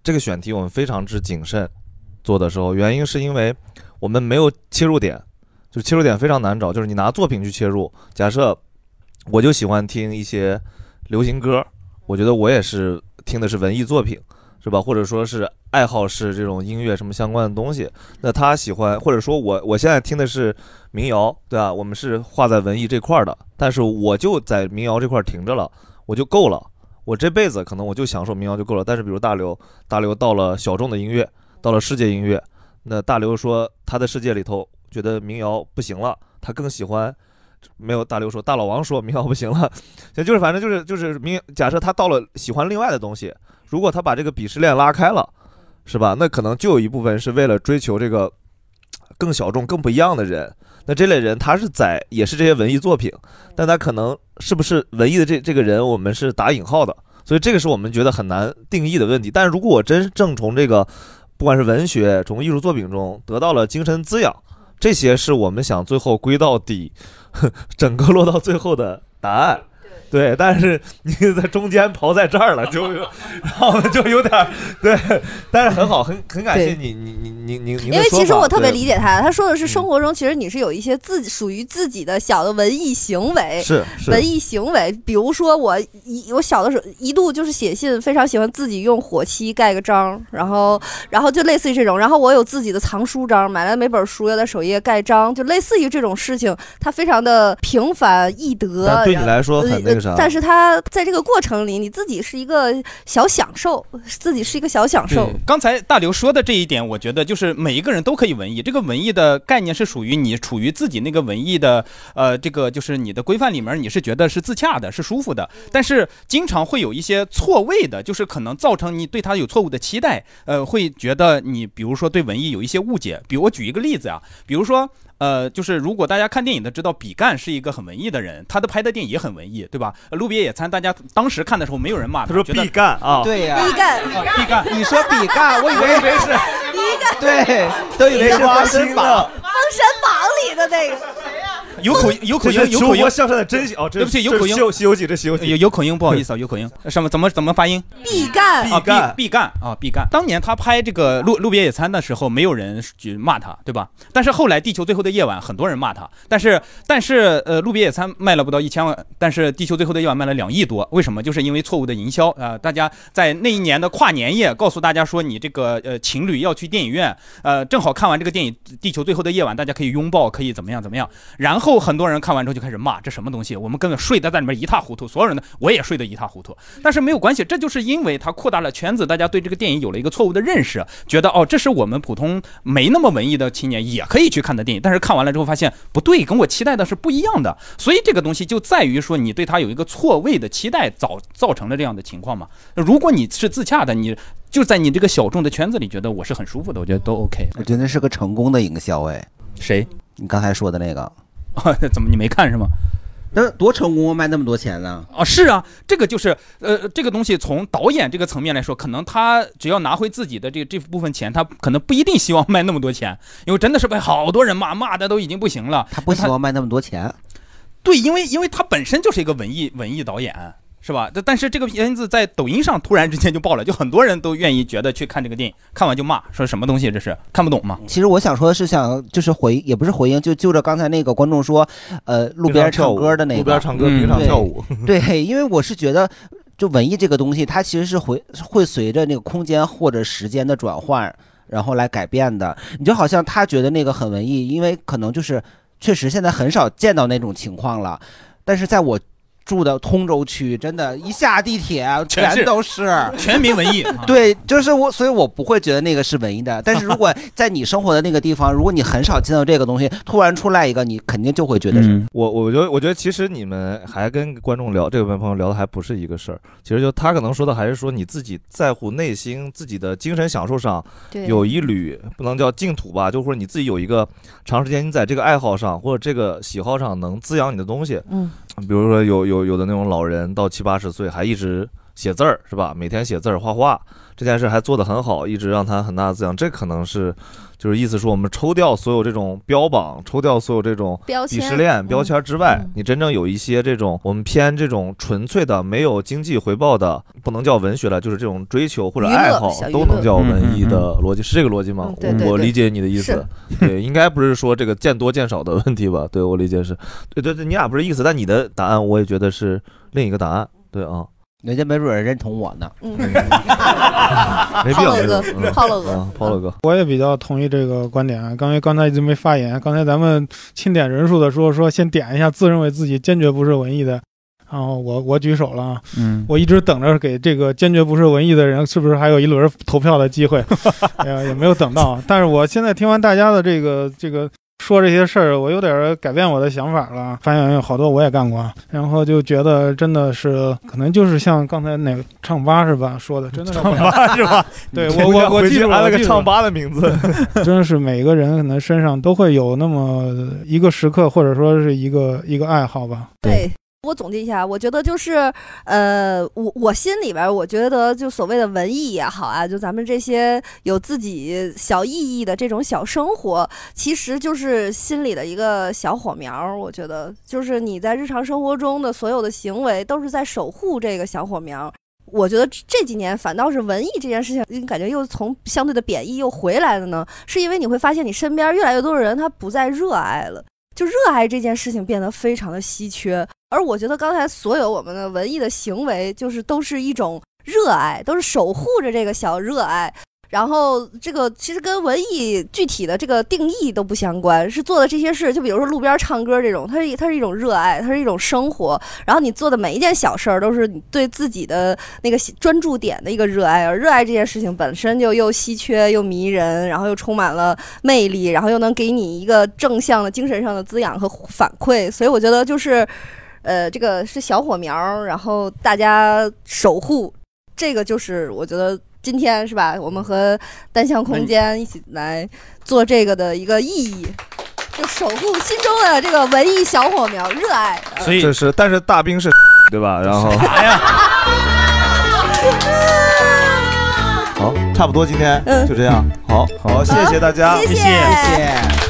Speaker 1: 这个选题我们非常之谨慎做的时候，原因是因为我们没有切入点，就切入点非常难找，就是你拿作品去切入，假设我就喜欢听一些流行歌，我觉得我也是听的是文艺作品，是吧？或者说是爱好是这种音乐什么相关的东西。那他喜欢，或者说我我现在听的是民谣，对吧？我们是画在文艺这块儿的，但是我就在民谣这块儿停着了，我就够了。我这辈子可能我就享受民谣就够了。但是比如大刘，大刘到了小众的音乐，到了世界音乐，那大刘说他的世界里头觉得民谣不行了，他更喜欢。没有大刘说，大老王说民谣不行了， 就就是反正就是就是民。假设他到了喜欢另外的东西，如果他把这个鄙视链拉开了，是吧？那可能就有一部分是为了追求这个更小众、更不一样的人。那这类人他是在也是这些文艺作品，但他可能是不是文艺的这这个人，我们是打引号的，所以这个是我们觉得很难定义的问题。但是如果我真正从这个不管是文学从艺术作品中得到了精神滋养，这些是我们想最后归到底， 呵整个落到最后的答案。对，但是你在中间刨在这儿了， 就有，然后就有点儿对，但是很好，很很感谢你，你你你你您的说法。
Speaker 4: 因为其实我特别
Speaker 1: 对嗯
Speaker 4: 理解他，他说的是生活中其实你是有一些自己属于自己的小的文艺行为，
Speaker 1: 是是
Speaker 4: 文艺行为。比如说我一我小的时候一度就是写信，非常喜欢自己用火漆盖个章，然后然后就类似于这种，然后我有自己的藏书章，买来每本书要在首页盖章，就类似于这种事情，它非常的平凡易得。
Speaker 1: 但对你
Speaker 4: 然
Speaker 1: 来说很
Speaker 4: 呃
Speaker 1: 那个啥
Speaker 4: 但是它在这个过程里，你自己是一个小享受，自己是一个小享受
Speaker 2: 对。刚才大刘说的这一点，我觉得就是每一个人都可以文艺。这个文艺的概念是属于你处于自己那个文艺的呃，这个就是你的规范里面，你是觉得是自洽的，是舒服的。但是经常会有一些错位的，就是可能造成你对他有错误的期待，呃，会觉得你比如说对文艺有一些误解。比如我举一个例子啊，比如说。呃，就是如果大家看电影的知道，比干是一个很文艺的人，他的拍的电影也很文艺，对吧？呃路边野餐，大家当时看的时候没有人骂他，他说毕
Speaker 1: 赣啊
Speaker 3: 对呀
Speaker 4: 毕赣，
Speaker 2: 毕赣，
Speaker 3: 你说比干，我以为
Speaker 4: 是
Speaker 3: 一个，对，都以为是花心
Speaker 1: 吧。
Speaker 4: 《封神榜》里的那个。
Speaker 2: 有口有口
Speaker 1: 这
Speaker 2: 音，
Speaker 1: 是
Speaker 2: 有
Speaker 1: 求
Speaker 2: 口音
Speaker 1: 国，向善的真哦，这
Speaker 2: 对不起，有
Speaker 1: 这
Speaker 2: 口
Speaker 1: 是
Speaker 2: 音，
Speaker 1: 西游西游记》这《西游记》
Speaker 2: 有有口音，不好意思啊，有口音，什么怎么怎么发音？
Speaker 4: 毕赣
Speaker 2: 啊，毕毕赣啊，毕赣。当年他拍这个路路边野餐的时候，没有人去骂他，对吧？但是后来《地球最后的夜晚》，很多人骂他。但是但是呃，路边野餐卖了不到一千万，但是《地球最后的夜晚》卖了两亿多，为什么？就是因为错误的营销啊、呃大家在那一年的跨年夜告诉大家说，你这个呃情侣要去电影院，呃，正好看完这个电影《地球最后的夜晚》，大家可以拥抱，可以怎么样怎么样。然后很多人看完之后就开始骂这什么东西，我们根本睡得在里面一塌糊涂，所有人的我也睡得一塌糊涂。但是没有关系，这就是因为它扩大了圈子，大家对这个电影有了一个错误的认识，觉得哦，这是我们普通没那么文艺的青年也可以去看的电影。但是看完了之后发现不对，跟我期待的是不一样的。所以这个东西就在于说你对它有一个错位的期待，造造成了这样的情况嘛。如果你是自洽的，你就在你这个小众的圈子里，觉得我是很舒服的，我觉得都 OK。
Speaker 3: 我觉得是个成功的营销哎。
Speaker 2: 谁？
Speaker 3: 你刚才说的那个？
Speaker 2: 怎么你没看是吗？
Speaker 3: 那多成功，卖那么多钱呢？
Speaker 2: 啊，是啊，这个就是呃，这个东西从导演这个层面来说，可能他只要拿回自己的这这部分钱，他可能不一定希望卖那么多钱，因为真的是被好多人骂，骂的都已经不行了。他
Speaker 3: 不希望卖那么多钱。
Speaker 2: 对，因为因为他本身就是一个文艺文艺导演，是吧？但但是这个片子在抖音上突然之间就爆了，就很多人都愿意觉得去看这个电影，看完就骂，说什么东西这是看不懂吗？
Speaker 3: 其实我想说的是，想就是回，也不是回应，就就着刚才那个观众说，呃，路边唱歌的那个，
Speaker 1: 路边唱歌平常跳舞
Speaker 3: 嗯对， 对，因为我是觉得，就文艺这个东西，它其实是会会随着那个空间或者时间的转换，然后来改变的。你就好像他觉得那个很文艺，因为可能就是确实现在很少见到那种情况了，但是在我。住的通州区，真的，一下地铁
Speaker 2: 全是
Speaker 3: 全都是
Speaker 2: 全民 文 艺啊
Speaker 3: 对，就是我，所以我不会觉得那个是文艺的。但是如果在你生活的那个地方，如果你很少见到这个东西，突然出来一个，你肯定就会觉得
Speaker 2: 嗯
Speaker 3: 是。
Speaker 1: 我我觉得，我觉得其实你们还跟观众聊这位朋友聊的还不是一个事儿。其实就他可能说的还是说你自己在乎内心、自己的精神享受上
Speaker 9: 对
Speaker 1: 有一缕不能叫净土吧，就或者你自己有一个长时间你在这个爱好上或者这个喜好上能滋养你的东西。
Speaker 9: 嗯，
Speaker 1: 比如说有有有的那种老人到七八十岁还一直写字儿，是吧？每天写字儿、画画这件事还做得很好，一直让他很大的滋养。这可能是就是意思说，我们抽掉所有这种标榜，抽掉所有这种
Speaker 9: 标签嗯
Speaker 1: 鄙视链、标签之外，你真正有一些这种我们偏这种纯粹的、没有经济回报的，不能叫文学了，就是这种追求或者
Speaker 9: 娱乐
Speaker 1: 爱好
Speaker 9: 小娱
Speaker 1: 都能
Speaker 9: 乐嗯
Speaker 1: 叫文艺的逻辑，是这个逻辑吗？
Speaker 9: 对对
Speaker 1: 嗯我我
Speaker 9: 对
Speaker 1: 理解你的意思
Speaker 9: 是。
Speaker 1: 对，应该不是说这个见多见少的问题吧？对我理解是，对对对，你俩不是意思，但你的答案我也觉得是另一个答案，对啊，
Speaker 3: 人家没准认同我呢，
Speaker 4: 嗯，
Speaker 9: 啊
Speaker 1: 没必要，
Speaker 4: 炮
Speaker 1: 没
Speaker 4: 了
Speaker 1: 必
Speaker 4: 哥
Speaker 1: 要嗯
Speaker 4: 炮了哥
Speaker 1: 嗯炮了哥，
Speaker 21: 我也比较同意这个观点啊。刚才刚才一直没发言，刚才咱们清点人数的时候说，先点一下自认为自己坚决不是文艺的，然后我我举手了啊，
Speaker 16: 嗯
Speaker 21: 我一直等着给这个坚决不是文艺的人，是不是还有一轮投票的机 会？哎呀，也没有等到。但是我现在听完大家的这个这个说这些事儿，我有点儿改变我的想法了。啊发现有好多我也干过啊，然后就觉得真的是，可能就是像刚才哪个唱吧是吧说 的，真
Speaker 9: 嗯
Speaker 21: 的是
Speaker 1: 唱吧是吧
Speaker 21: 对
Speaker 1: 你
Speaker 21: 我
Speaker 1: 这个
Speaker 21: 我我
Speaker 1: 回去
Speaker 21: 记住
Speaker 1: 安了
Speaker 21: 我
Speaker 1: 个
Speaker 21: 记住
Speaker 1: 唱吧的名 字
Speaker 21: 真的是每个人可能身上都会有那么呃一个时刻，或者说是一个一个爱好吧。
Speaker 4: 对，我总结一下，我觉得就是，呃，我我心里边儿，我觉得就所谓的文艺也好啊，就咱们这些有自己小意义的这种小生活，其实就是心里的一个小火苗儿。我觉得，就是你在日常生活中的所有的行为，都是在守护这个小火苗儿。我觉得这这几年反倒是文艺这件事情，你感觉又从相对的贬义又回来了呢？是因为你会发现你身边越来越多的人他不再热爱了，就热爱这件事情变得非常的稀缺。而我觉得刚才所有我们的文艺的行为，就是都是一种热爱，都是守护着这个小热爱。然后这个其实跟文艺具体的这个定义都不相关，是做的这些事，就比如说路边唱歌这种，它是它是一种热爱，它是一种生活。然后你做的每一件小事儿，都是你对自己的那个喜专注点的一个热爱，而热爱这件事情本身就又稀缺又迷人，然后又充满了魅力，然后又能给你一个正向的精神上的滋养和反馈。所以我觉得就是，呃，这个是小火苗儿，然后大家守护，这个就是我觉得今天是吧？我们和单向空间一起来做这个的一个意义，就守护心中的这个文艺小火苗，热爱。
Speaker 1: 所以这是，但是大兵是对吧？然后
Speaker 2: 啥呀？
Speaker 1: 好，差不多今天
Speaker 4: 嗯
Speaker 9: 嗯
Speaker 1: 就这样。好，好，谢谢大家，
Speaker 4: 谢谢谢谢